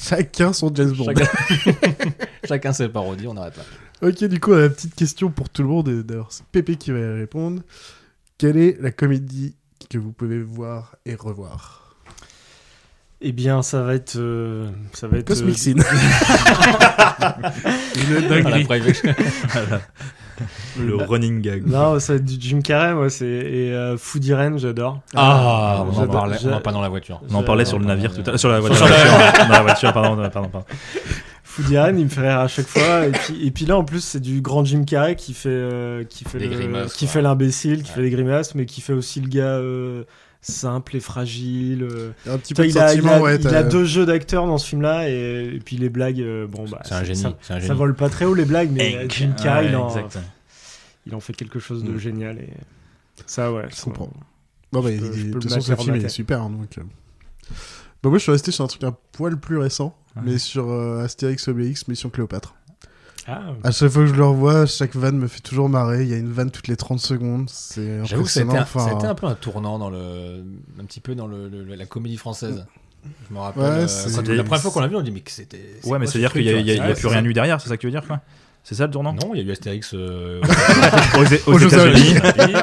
A: Chacun son James Bond.
C: Chacun, chacun ses parodies, on n'arrête pas.
A: Ok, du coup, on a la petite question pour tout le monde. et D'ailleurs, c'est Pépé qui va y répondre. Quelle est la comédie que vous pouvez voir et revoir
D: Eh bien, ça va être. euh, ça va être.
A: Cosmic Sin.
D: euh,
A: Une
C: Voilà,
A: dinguerie.
C: après, je-
B: Voilà. Le running gag.
D: Non, ça va être du Jim Carrey, moi, c'est. Et euh, Foodie Ren, j'adore.
C: Ah, on en
D: J'adore,
C: parlait, on en
D: j'a-
C: parlait dans la voiture.
B: On en parlait sur le navire tout à l'heure. Sur la voiture.
C: Sur la-
B: Dans la voiture, pardon, pardon, pardon.
D: Foodie Ren, il me fait rire à chaque fois. Et puis, et puis là, en plus, c'est du grand Jim Carrey qui fait. euh, qui fait
C: Des
D: le-
C: grimaces,
D: Qui
C: quoi.
D: fait l'imbécile, qui
C: Ouais.
D: fait les grimaces, mais qui fait aussi le gars. euh, simple et fragile. euh.
A: Un petit
D: Tu
A: peu
D: vois,
A: de
D: il, a, il,
A: sentiment,
D: a,
A: ouais.
D: il
A: t'as-
D: a deux jeux d'acteurs dans ce film-là et, et puis les blagues, euh, bon bah.
C: C'est un génie.
D: Ça,
C: C'est un
D: ça
C: génie.
D: vole pas très haut les blagues, mais euh,
B: Hank.
D: Jim Carrey,
B: Ouais,
D: il, en,
B: exact.
D: il en fait quelque chose de
A: Mm.
D: génial et ça ouais.
A: Je
D: ça-
A: comprends. Bon, bah,
D: je
A: il-
D: peux- je
A: de
D: peux
A: toute
D: le
A: façon, ce
D: mettre
A: film
D: en
A: il est
D: tête.
A: super. hein, donc, euh. Bah, moi, je suis resté sur un truc un poil plus récent,
B: Ouais.
A: mais sur euh, Astérix Obélix, Mission Cléopâtre.
D: Ah,
A: À chaque fois que je le revois, chaque vanne me fait toujours marrer. Il y a une vanne toutes les 30 secondes. C'est
C: J'avoue que c'était
A: impressionnant.
C: un,
A: Enfin,
C: c'était un peu un tournant dans le, un petit peu dans le, le- la comédie française. Je me rappelle.
A: Ouais,
C: euh,
A: c'est-
C: quand- la première fois qu'on l'a vu, on dit mais que c'était.
B: Ouais, mais
C: quoi
B: c'est
C: ce
B: à dire qu'il
C: truc,
B: n'y a, il y a- il
C: tu vois
B: y a
C: Ouais,
B: plus
C: c'est
B: rien
C: ça.
B: eu derrière, c'est ça que tu veux dire quoi C'est ça le tournant
C: Non, il y a eu Astérix euh,
B: Aux, aux
A: Aux Jeux
B: États-Unis.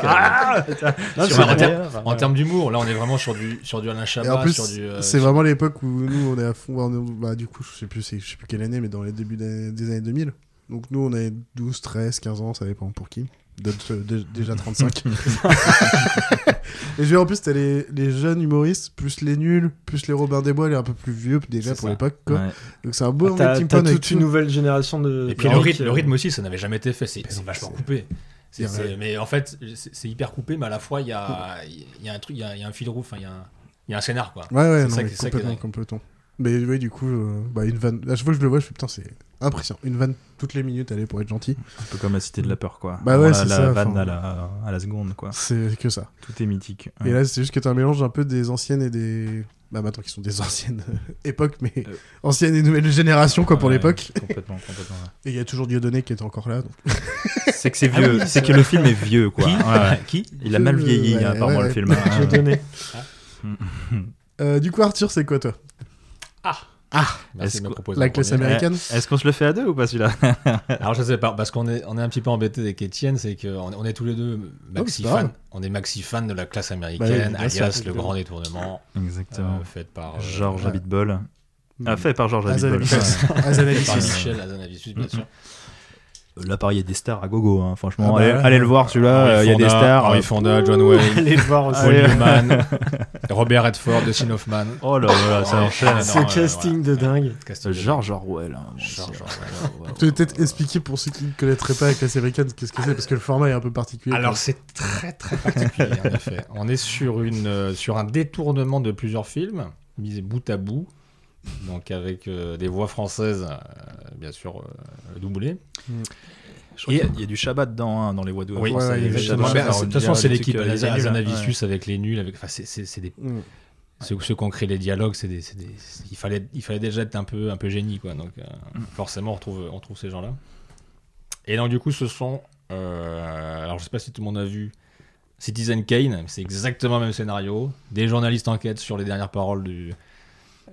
B: Ah,
C: Olympiques, euh,
D: Non,
C: sur
D: c'est
C: un
D: vrai.
C: terme- en termes d'humour, là on est vraiment sur du, sur du Alain
A: Et en
C: Chabat,
A: plus,
C: sur du. euh,
A: c'est vraiment l'époque où nous, on est à fond. on est- bah, du coup, je sais plus, c'est- je sais plus quelle année, mais dans les débuts des, des années 2000. Donc, nous, on avait 12, 13, 15 ans, ça dépend pour qui. D'autres, euh, dé- déjà 35. et je veux en plus, t'as les, les jeunes humoristes, plus les nuls, plus les Robin des Bois, les un peu plus vieux déjà
C: C'est
A: pour
C: ça. Ah,
A: l'époque. quoi.
B: Ouais.
A: Donc, c'est un beau
D: T'as
A: melting
D: t'as
A: pot avec
D: toute une
A: tout.
D: nouvelle génération de.
C: Et puis le
D: comiques,
C: rythme, le
D: euh,
C: rythme aussi, ça n'avait jamais été fait. C'est c'est
A: non,
C: vachement
A: c'est-
C: coupé. C'est-
A: c'est vrai.
C: c'est- Mais en fait, c'est c'est hyper coupé, mais à la fois, il y a, il y a un truc, il y a, il y a un fil rouge, enfin, il y, a un- il y a un scénar, quoi.
A: Ouais, ouais,
C: C'est
A: non,
C: ça
A: mais
C: qui- c'est ça qui est
A: complètement,
C: dingue.
A: complètement. Mais oui, du coup, euh, bah, une vanne. À chaque fois que je le vois, je fais putain, c'est impressionnant. Une vanne toutes les minutes, allez, pour être gentil.
B: Un peu comme la cité de la peur quoi.
A: Bah ouais,
B: Voilà,
A: c'est
B: la
A: ça,
B: vanne
A: enfin.
B: à la, à la seconde quoi.
A: C'est que ça.
B: Tout est mythique.
A: Et
B: Ouais.
A: là, c'est juste que t'as un mélange un peu des anciennes et des. Bah, maintenant qu'ils sont des anciennes euh, époques, mais
B: Euh.
A: anciennes et nouvelles générations, quoi, pour
B: Ouais,
A: l'époque.
B: Complètement, complètement. ouais.
A: Et il y a toujours Dieudonné qui est encore là. donc.
B: C'est que c'est vieux, c'est que le film est vieux quoi. Ouais, ouais.
C: Qui
B: Il a mal
A: Euh,
B: vieilli hein,
A: ouais,
B: apparemment
A: ouais.
B: le film.
D: Je vais donner.
A: Euh, du coup, Arthur, c'est quoi, toi
B: Est-ce
C: Merci de me
B: que-
C: proposer
A: La
C: en
A: classe
C: premier.
A: américaine
B: Est-ce qu'on se le fait à deux ou pas celui-là
C: Alors je sais pas, parce qu'on est, on est un petit peu embêté avec Étienne, c'est qu'on est, on est tous les deux
A: c'est
C: maxi
A: pas grave.
C: fans. On est maxi fans de la classe
A: Bah oui,
C: américaine,
A: bien sûr,
C: alias le
A: évidemment.
C: grand détournement
B: Exactement.
C: euh, fait par euh,
B: Georges
A: ouais.
B: Abitbol. Ah, fait par Georges Abitbol.
A: Azanavisus.
C: fait par
A: Azanavisus.
C: Michel Hazanavicius, bien sûr.
B: Là, pareil, il y a des stars à gogo, hein. franchement.
A: Ah bah
B: allez,
A: ouais.
B: allez le voir celui-là, euh, il y a des stars.
C: Henri Fonda, John Wayne,
D: Allez le voir aussi.
B: Ah
C: Paul Newman, Robert Redford, Dustin Hoffman.
B: Oh là là, ça
C: Ouais,
B: enchaîne.
C: c'est
D: Ce
C: Non, euh,
D: casting de dingue.
C: Casting de-
B: Georges Euh, Orwell. hein.
C: George
A: Tu peux peut-être expliquer pour ceux qui ne connaîtraient pas la classe américaine qu'est-ce que c'est, parce que le format est un peu particulier.
C: Alors c'est très très particulier en effet. On est sur une euh, sur un détournement de plusieurs films mis bout à bout, donc avec euh, des voix françaises euh, bien sûr euh, doublées.
B: Je crois
C: Et-
B: qu'il y a- il y a du Shabbat dedans, hein, dans les Wadou.
A: ouais,
B: Enfin,
A: ouais,
B: il y a du
A: exactement.
B: Shabbat.
A: Ouais,
C: Ben, c'est- De toute façon
B: Il
C: c'est
B: y a des
C: l'équipe
B: trucs, euh, les
C: hein.
B: nuls, ouais.
C: Azanavicius avec les nuls avec enfin c'est- c'est c'est des
A: Mm.
C: ceux, ceux qui ont créé les dialogues c'est des, c'est des- c'est- il fallait il fallait déjà être un peu un peu génie quoi donc euh, forcément on retrouve on trouve ces gens là. Et donc du coup ce sont euh, alors je sais pas si tout le monde a vu Citizen Kane, c'est exactement le même scénario. Des journalistes enquêtent sur les dernières paroles du,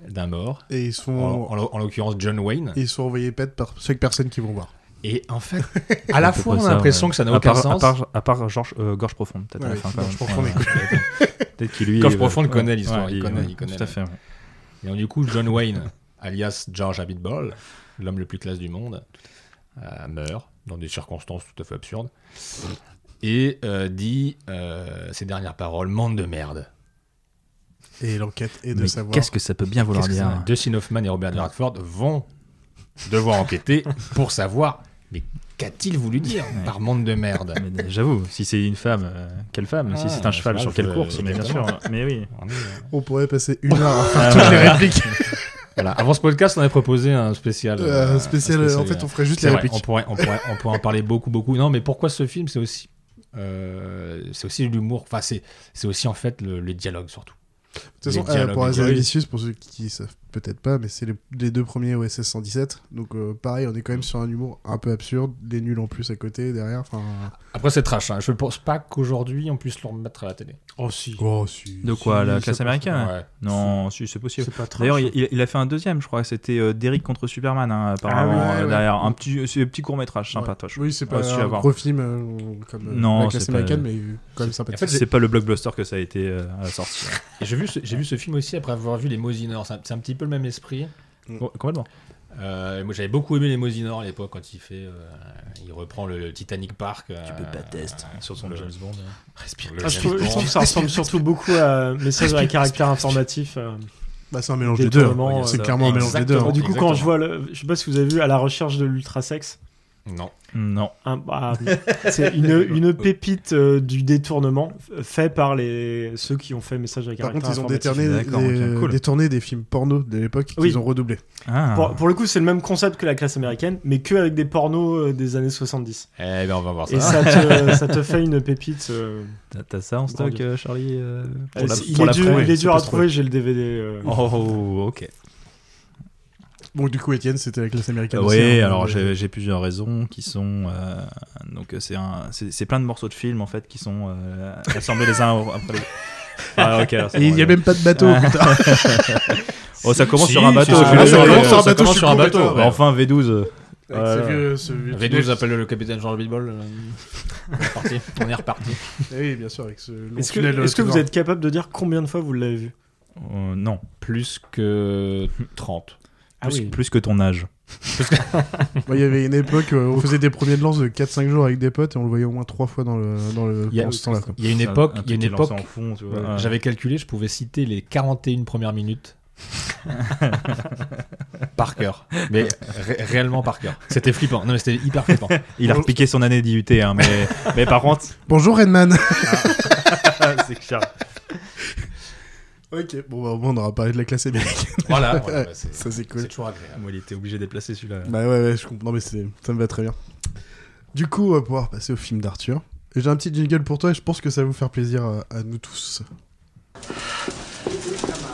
C: d'un mort,
A: Et ils sont,
C: en, en l'oc- en l'occurrence John Wayne.
A: ils sont envoyés pète par chaque personne qui vont voir.
C: Et en fait, à la
B: peu
C: fois,
B: près
C: on a
B: ça,
C: l'impression
B: ouais.
C: que ça n'a
B: À
C: aucun
B: part-
C: sens.
B: À part, à part Georges- euh, Gorge Profonde, peut-être. à la
A: Ouais,
B: fin, quand
A: Gorge
B: même.
A: Profonde,
B: Ouais,
A: écoute.
B: Peut-être qu'il lui.
C: Gorge
B: euh,
C: Profonde
B: ouais,
C: connaît l'histoire,
B: ouais,
C: il connaît, il
B: ouais,
C: connaît
B: Tout à
C: la-
B: fait. ouais.
C: Et donc, du coup, John Wayne, alias George Abitbol, l'homme le plus classe du monde, euh, meurt dans des circonstances tout à fait absurdes et euh, dit euh, ses dernières paroles Monde de merde.
A: Et l'enquête est de
B: Mais
A: savoir.
B: Qu'est-ce que ça peut bien vouloir
C: Qu'est-ce que
B: dire
C: ça- Dustin Hoffman et Robert Redford vont devoir enquêter pour savoir mais qu'a-t-il voulu dire par monde de merde
B: Mais, euh, J'avoue, si c'est une femme, euh, quelle femme
C: Ah,
B: Si c'est un cheval,
C: cheval,
B: sur quelle
C: euh,
B: course Mais bien sûr, hein. mais oui.
C: On est, euh,
A: On pourrait passer une heure à faire
B: Ah,
A: toutes les
B: voilà.
A: répliques.
C: Voilà. Avant ce podcast, on avait proposé un
B: Ah,
C: spécial.
A: Euh,
C: euh,
A: spécial,
C: un
A: en
C: spécial,
A: fait, on ferait juste
C: C'est
A: les
C: vrai,
A: répliques.
C: on, pourrait, on, pourrait, on pourrait en parler beaucoup, beaucoup. Non, mais pourquoi ce film C'est aussi, euh, c'est aussi de l'humour. Enfin, c'est, c'est aussi en fait le, les dialogues surtout.
A: De toute
C: Les
A: façon, euh,
C: dialogues,
A: pour
C: les
A: Hazard
C: dialogues.
A: Vicious, pour ceux qui savent peut-être pas, mais c'est les, les deux premiers OSS 117. Donc, euh, pareil, on est quand même sur un humour un peu absurde, des nuls en plus à côté, derrière. Enfin.
C: Après, c'est trash. hein. Je ne pense pas qu'aujourd'hui on puisse le remettre à la télé.
A: Oh, si. Oh, si.
B: De quoi
A: si,
B: La
A: ça
B: classe
A: passe.
B: américaine hein,
C: Ouais.
B: Non, si, c'est possible.
D: C'est pas trash.
B: D'ailleurs, il, il- il a fait un deuxième, je crois. C'était euh, Derrick contre Superman, hein, apparemment.
A: Ah ouais,
B: euh,
A: ouais.
B: derrière, un petit, c'est un petit court métrage sympa,
A: Ouais.
B: toi. je-
A: Oui, c'est pas
B: Ouais, si, à
A: un
B: voir.
A: gros film euh, comme euh,
B: Non,
A: la classe
B: c'est pas-
A: américaine, mais euh, quand même sympathique.
C: En fait,
B: c'est pas le blockbuster que ça a été euh, à la sortie. hein.
C: Et j'ai vu, ce, j'ai vu ce film aussi après avoir vu Les Mosinors. C'est un, c'est un petit peu le même esprit.
B: Com- Complètement.
C: Euh, moi, j'avais beaucoup aimé Les Mosinors à l'époque quand il fait, euh, il reprend le, Titanic Park. tu peux pas tester sur son James Bond. hein. Respire.
D: Ah, je, trouve, je trouve que ça ressemble surtout beaucoup à Message à caractère informatif. euh.
A: Bah, c'est un mélange des deux.
D: Détournement,
A: hein.
D: euh,
A: C'est clairement un mélange des deux.
C: exactement.
A: hein.
D: Du coup,
C: Exactement.
D: quand je vois, le, je sais pas si vous avez vu, à la recherche de l'ultrasexe,
C: Non.
B: Non.
D: un- bah, c'est une, une pépite euh, du détournement f- fait par les ceux qui ont fait Message à
A: Par
D: caractère
A: contre, ils ont
D: informatif.
A: détourné des,
B: D'accord, ok, cool.
A: détourné des films porno de l'époque
D: Oui.
A: qu'ils ont redoublé.
B: Ah.
D: Pour, pour le coup, c'est le même concept que la classe américaine, mais que avec des pornos euh, des années 70.
C: Eh ben, on va voir ça.
D: Et ça te, ça te fait une pépite. euh,
B: T'as- T'as ça en stock,
D: Dieu.
B: euh, Charlie euh, pour
D: euh,
B: la-
D: c'est-
B: pour
D: il, est
B: la
D: dur,
B: promo
D: il est
B: Ça
D: dur
B: peut
D: à
B: se
D: trouver, j'ai le DVD. euh.
B: Oh, ok.
A: Donc, du coup, Étienne, c'était la classe américaine. aussi,
B: Euh, Oui,
A: hein.
B: alors j'ai j'ai plusieurs raisons qui sont euh, donc euh, c'est un c'est c'est plein de morceaux de films en fait qui sont euh, assemblés les uns au- après les ah, ok, alors c'est
A: Et il
B: bon,
A: n'y a
B: je-
A: même pas de bateau. putain.
B: oh, ça commence
C: Si,
B: sur un
C: si,
B: bateau.
C: si,
B: je suis
A: ah, ça
B: désolé,
A: commence sur un
B: ça
A: bateau,
B: commence
A: je
B: sur
A: suis
B: un bateau.
A: complètement-
B: Bah, enfin V12.
A: Avec ce vieux- ce vieux
C: V12 appelle le capitaine Georges Bidbol. euh, c'est parti. On est reparti.
A: Eh Oui, bien sûr, avec ce long
D: Est-ce que,
A: tunnel, euh,
D: est-ce que
A: tout
D: vous
A: noir.
D: êtes capable de dire combien de fois vous l'avez vu
B: Euh, non,
C: Plus que 30.
A: Ah
B: plus, plus que ton âge.
A: Moi, Il y avait une époque, euh, on faisait des premiers de lance de 4-5 jours avec des potes et on le voyait au moins 3 fois dans le dans le
C: Il y a-
A: dans ce temps-là. quoi.
C: Il y a une
B: C'est un-
C: époque,
B: un
C: il y a une
B: truc qui est lancé
C: époque
B: en fond, tu vois.
C: euh,
B: Ouais.
C: j'avais calculé, je pouvais citer les 41 premières minutes par cœur. Mais ré- réellement par cœur. C'était flippant. Non, mais c'était hyper flippant.
B: il a repiqué son année d'IUT hein, mais mais par contre
A: Bonjour Redman. Ah,
B: c'est clair.
A: ok, bon bah au moins on aura parlé de la classe américaine.
C: Voilà. voilà, bah, c'est
A: Ça c'est cool.
C: c'est toujours agréable.
B: Moi, il était obligé de déplacer celui-là.
A: Bah ouais, ouais, je comprends. Non, mais c'est- ça me va très bien. Du coup, on va pouvoir passer au film d'Arthur. Et J'ai un petit jingle pour toi et je pense que ça va vous faire plaisir à, à nous tous.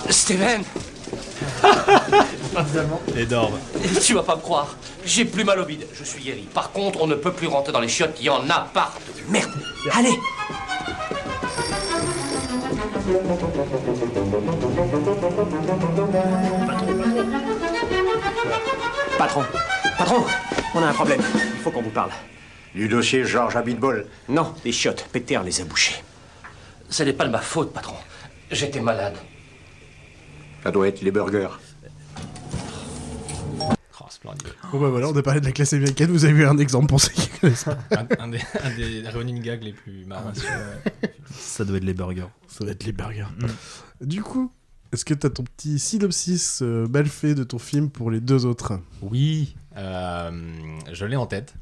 J: Steven,
B: Énorme.
J: tu vas pas me croire. J'ai plus mal au bide. Je suis guéri. Par contre, on ne peut plus rentrer dans les chiottes. Il y en a partout. Merde. Allez. Patron. Patron, on a un problème. Il faut qu'on vous parle.
I: Du dossier Georges Abitbol.
J: Non, les chiottes. Peter les a bouchées. Ce n'est pas de ma faute, patron. J'étais malade.
I: Ça doit être les burgers.
C: Oh, splendide.
A: Bon bah voilà, on a parlé de la classe américaine. Vous avez eu un exemple pour ceux qui connaissent pas.
C: Un, un des, un des running gags les plus marrants.
B: Ah, Ça doit être les burgers.
A: Ça va être les burgers. Du coup, est-ce que t'as ton petit synopsis euh, mal fait de ton film pour les deux autres
C: Oui, euh, je l'ai en tête.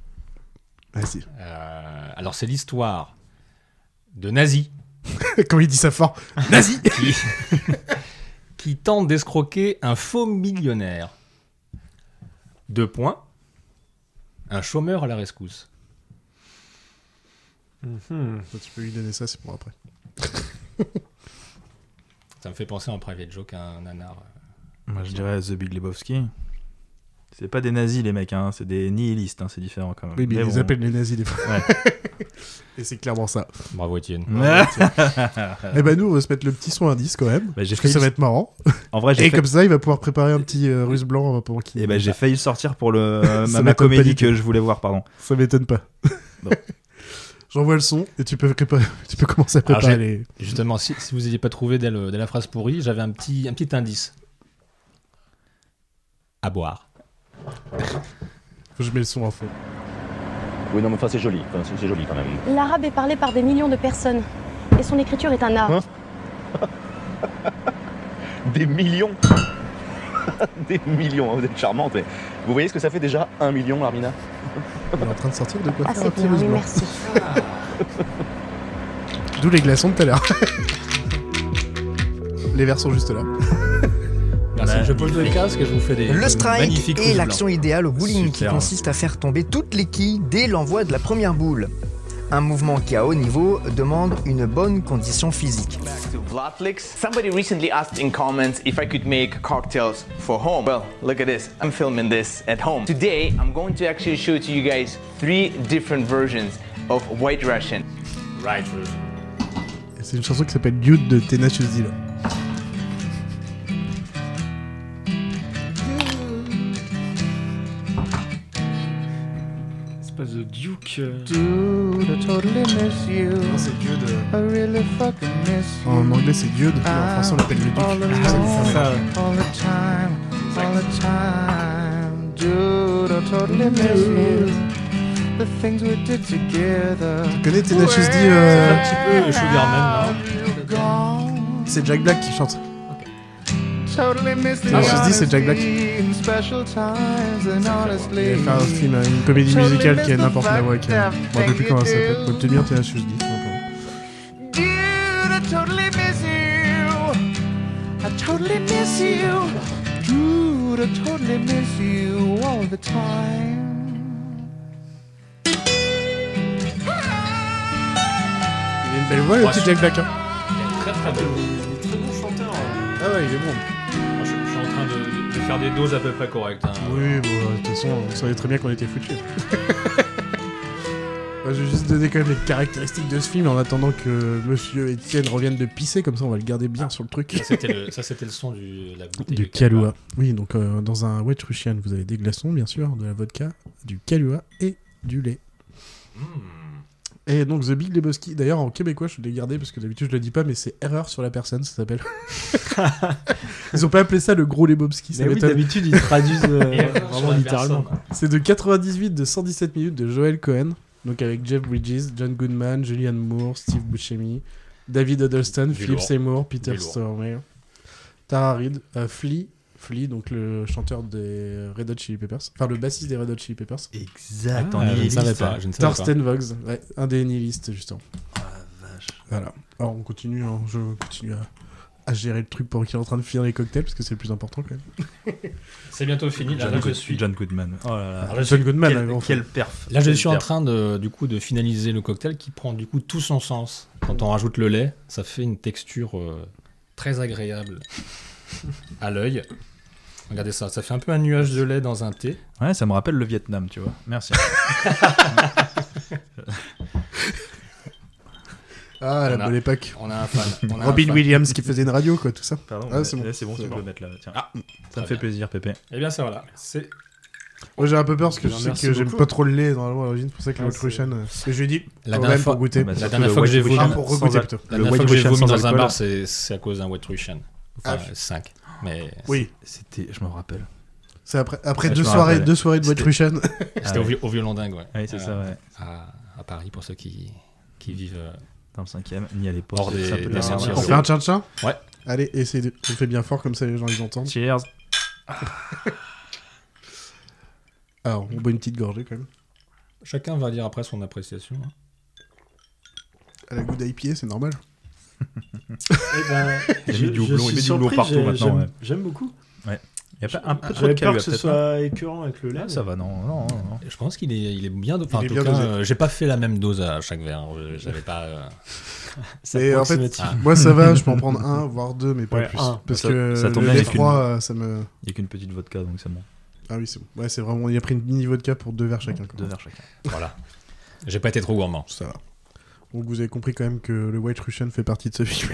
A: Vas-y.
C: Euh, alors, c'est l'histoire de nazis
A: Quand il dit ça fort.
C: qui, qui tente d'escroquer un faux millionnaire. Deux points. Un chômeur à la rescousse.
D: Hmm.
A: Toi, tu peux lui donner ça, c'est pour après.
C: Ça me fait penser en private joke à un nanar.
B: Moi, je dirais The Big Lebowski. C'est pas des nazis, les mecs, hein, c'est des nihilistes, hein, c'est différent quand même.
A: Oui, mais, ils
B: bon.
A: les appellent les nazis des fois.
B: Ouais.
A: Et c'est clairement ça.
C: Bravo Étienne.
A: Ah
B: Ouais.
A: Eh ben nous, on va se mettre le petit son indice quand même.
B: Bah, j'ai
A: parce que
B: failli-
A: ça va être marrant.
B: En vrai,
A: Et
B: j'ai fait-
A: comme ça, il va pouvoir préparer un petit euh, russe blanc euh, pour qu'il.
B: eh ben, j'ai failli le sortir pour le,
A: Ça
B: ma, ma
A: m'étonne pas
B: comédie
A: du tout.
B: que je voulais voir, pardon.
A: Ça m'étonne pas.
B: Bon.
A: J'envoie le son et tu peux, prépa- tu peux commencer à
C: Alors,
A: préparer les.
C: Justement, si, si vous n'ayez pas trouvé dès, le- dès la phrase pourrie, j'avais un petit, un petit indice. À boire.
A: Faut que je mets le son en fond.
I: Oui, non, mais enfin, c'est joli, enfin, c'est- c'est joli quand même.
K: L'arabe est parlé par des millions de personnes. Et son écriture est un art.
I: Des millions Des millions, hein, vous êtes charmante, mais vous voyez ce que ça fait déjà Un million, Armina
A: Il est en train de sortir de quoi
K: ah,
A: faire un
K: c'est
A: petit
K: bien,
A: russe
K: oui,
A: blanc.
K: merci.
A: D'où les glaçons de tout à l'heure. les vers sont juste là.
C: Merci.
B: Bah,
C: je pose le casque et je vous fais des.
L: Le
C: des
L: strike
C: magnifiques
L: est
C: rouges
L: l'action
C: blancs.
L: idéale au bowling
C: Super.
L: qui consiste à faire tomber toutes les quilles dès l'envoi de la première boule. Un mouvement qui à haut niveau demande une bonne condition physique.
M: to Vlatlix. Somebody recently asked in comments if I could make cocktails for home. Well, look at this. I'm filming this at home. Today, I'm going to actually show to you guys three different versions of White Russian. Right Russian.
A: Et C'est une chanson qui s'appelle Dude de Tenacious D. là.
D: C'est pas The Duke. euh,
A: Non, c'est euh, Dieu de. En anglais, c'est Dieu de. En français, on l'appelle le duc. Ah, c'est ça. Tu connais Tenacious D
C: C'est
A: euh,
C: un petit peu Sugarman, non
A: C'est Jack Black qui chante.
N: Totally
A: Ah, on se dit, c'est Jack Black. Il va faire un film, euh, une comédie musicale qui est n'importe la voix. Qui, euh, je me rappelle plus comment ça s'appelle. Faut tenir Tenacious D. tout simplement.
N: Dude, I totally miss you. I totally miss you. Dude, I totally miss you all the time.
A: Il a une belle voix, le petit Jack Black. hein.
C: Très très bon. Très bon chanteur.
A: Ah ouais, il est bon.
C: Moi, je, je suis en train de, de faire des doses à peu près correctes. hein.
A: Oui, bon, euh, de toute façon, on savait très bien qu'on était foutus. Moi, je vais juste donner quand même les caractéristiques de ce film en attendant que monsieur Étienne revienne de pisser, comme ça on va le garder bien sur le truc.
C: Ça, c'était le- Ça, c'était le, son du, la bouteille
A: Du Kahlua. Oui, donc euh, dans un wet Russian, vous avez des glaçons, bien sûr, de la vodka, du Kahlua et du lait. Et donc The Big Lebowski, d'ailleurs en québécois je l'ai gardé parce que d'habitude je le dis pas mais c'est erreur sur la personne ça s'appelle. Ils ont pas appelé ça le gros Lebowski, ça
D: Mais oui,
A: m'étonne.
D: d'habitude, ils traduisent euh,
C: Et après, Ah, sur
D: vraiment
C: la
D: littéralement.
C: personne.
A: C'est de 98 de 117 minutes de Joel Cohen, donc avec Jeff Bridges, John Goodman, Julianne Moore, Steve Buscemi, David Huddleston,
C: Du
A: Philip
C: lourd.
A: Seymour, Peter
C: Du lourd.
A: Stormer, Tara Reid, euh, Flea, Flea, donc le chanteur des Red Hot Chili Peppers, enfin le bassiste des Red Hot Chili Peppers,
B: Exact,
C: Ah,
B: en
C: je ne
B: nihiliste.
C: savais pas, je ne savais pas.
A: Thorsten Vogt, ouais, un des nihilistes justement. Voilà. Alors on continue, hein, je continue à, à gérer le truc pendant qu'il est en train de finir les cocktails parce que c'est le plus important quand même.
C: C'est bientôt fini. Là,
B: John,
C: là, je
B: Good-
C: suis.
B: John Goodman. Oh là là.
A: Ah, John Goodman,
B: quel,
A: là, gros.
B: quel perf.
C: Là, je
B: Quel
C: suis en
B: perf.
C: train de, du coup, de finaliser le cocktail qui prend du coup tout son sens. Quand on rajoute le lait, ça fait une texture euh, très agréable à l'œil. Regardez ça, ça fait un peu un nuage de lait dans un thé.
B: Ouais, ça me rappelle le Vietnam, tu vois. Merci.
A: Ah la
C: On a-
A: bonne époque. Ah,
C: On a un fan. On a un
A: Robin
C: fan.
A: Williams qui faisait une radio quoi tout ça.
B: Pardon,
A: Ah,
B: mais-
A: c'est bon.
B: eh, c'est bon, tu
A: C'est
B: peux
A: bon.
B: le mettre là. Tiens. ça me
C: très
B: fait
C: bien.
B: plaisir, Pépé.
C: Eh bien, ça voilà. C'est
A: Moi j'ai un peu peur parce que je sais
D: Merci
A: que j'aime
D: beaucoup.
A: pas trop le lait normalement à l'origine, c'est pour ça que
D: Ah,
A: le Hot
D: c'est-
A: Russian. euh, mais je lui ai dit,
C: La
A: quand
C: dernière
A: même
C: fois-
A: pour goûter.
B: Bah,
C: la
B: surtout
C: dernière
B: le
C: fois que
B: White
C: j'ai
B: Russian
A: Ah,
C: vomi.
A: pour
B: sans
A: goûter
B: al-
A: plutôt.
C: La
B: le
C: dernière
B: White
C: fois que j'ai
B: Russian
C: vomi
B: sans
C: dans un
B: alcool.
C: bar, c'est c'est à cause d'un wet Russian. Enfin,
A: Ah,
C: 5. Mais
A: Oui,
B: C'était, je me rappelle.
A: c'est après, après
B: Ouais, je
A: deux,
B: me
A: soirées,
B: rappelle.
A: deux soirées de White
B: C'était-
A: Russian.
C: c'était
B: Ah
C: au,
B: ouais.
C: vi- au violon dingue, ouais.
B: Ouais, c'est
C: Euh,
B: ça, ouais.
C: À, à Paris, pour ceux qui, qui vivent. euh,
B: Dans le cinquième, n'y allez pas.
C: Hors
B: c'est-
C: des-
B: ça peut
C: des
B: déraper.
C: sentiers.
A: On fait un tchin-tchin
C: Ouais.
A: Allez, essaye de. On le fait bien fort comme ça les gens ils entendent.
B: Cheers.
A: Alors, on boit une petite gorgée quand même.
C: Chacun va dire après son appréciation. hein.
A: À la goût d'IPA, c'est normal.
D: Eh ben,
B: Il a
D: je-
B: mis du
D: je
B: houblon, il
D: suis
B: met du houblon
D: surpris,
B: partout
D: j'ai-
B: maintenant,
D: j'aime-
B: ouais.
D: J'aime beaucoup.
B: Il y a pas un peu trop de
D: J'avais peur
B: caluire,
D: que ce
B: peut-être.
D: soit écurant avec le lait.
B: Ah, Ça va, non, non, non, non.
C: Je pense qu'il est, il est bien. do- Enfin,
A: Il est
C: en tout
A: bien
C: cas,
A: dosé.
C: euh, j'ai pas fait la même dose à chaque verre. hein. Je- J'avais pas. euh,
A: Et
D: C'est
A: en fait,
D: approximatif.
A: moi ça va, je peux en prendre un, voire deux, mais pas
D: Ouais,
A: plus.
D: un.
A: Parce
B: Ça-
A: que
B: ça tombe
A: le
B: bien
A: lait
B: avec une-
A: froid, euh, ça me.
B: Il n'y a qu'une petite vodka, donc c'est bon.
A: Ah oui, c'est bon. Ouais, c'est vraiment. Il a pris une mini vodka pour deux verres chacun.
B: Deux verres chacun.
C: Voilà. J'ai pas été trop gourmand.
A: Ça va. Donc vous avez compris quand même que le White Russian fait partie de ce film.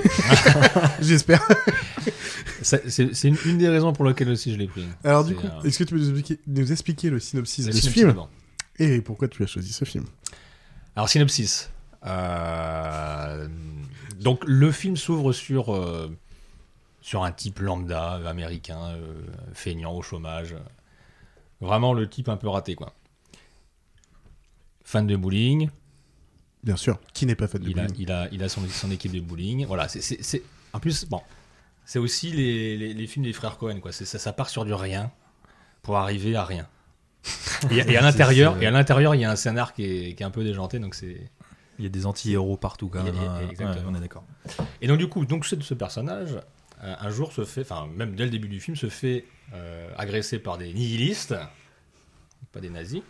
A: J'espère.
C: Ça, C'est c'est une, une des raisons pour laquelle aussi je l'ai pris.
A: Alors du
C: C'est,
A: coup,
C: euh,
A: est-ce que tu peux nous expliquer, nous expliquer le synopsis de
C: Le
A: ce
C: synopsis,
A: film
C: pardon.
A: Et pourquoi tu as choisi ce film
C: Alors, synopsis. Euh, Donc, le film s'ouvre sur, euh, sur un type lambda euh, américain, euh, feignant au chômage. Vraiment le type un peu raté, quoi. Fan de bowling.
A: Bien sûr. Qui n'est pas fan de
C: il a,
A: bowling
C: il a, il a son, son équipe de bowling. Voilà, c'est- c'est. c'est- En plus, bon, c'est aussi les, les- les films des frères Cohen, quoi. C'est- Ça, ça part sur du rien pour arriver à rien. Et, et à l'intérieur, et à l'intérieur, il y a un scénar qui est, qui est un peu déjanté, donc c'est.
B: Il y a des anti-héros partout quand même.
C: Il y a-
B: hein.
C: exactement.
B: Ouais, on est d'accord.
C: Et donc du coup, donc ce, ce personnage, euh, un jour se fait, enfin même dès le début du film, se fait euh, agresser par des nihilistes, pas des nazis,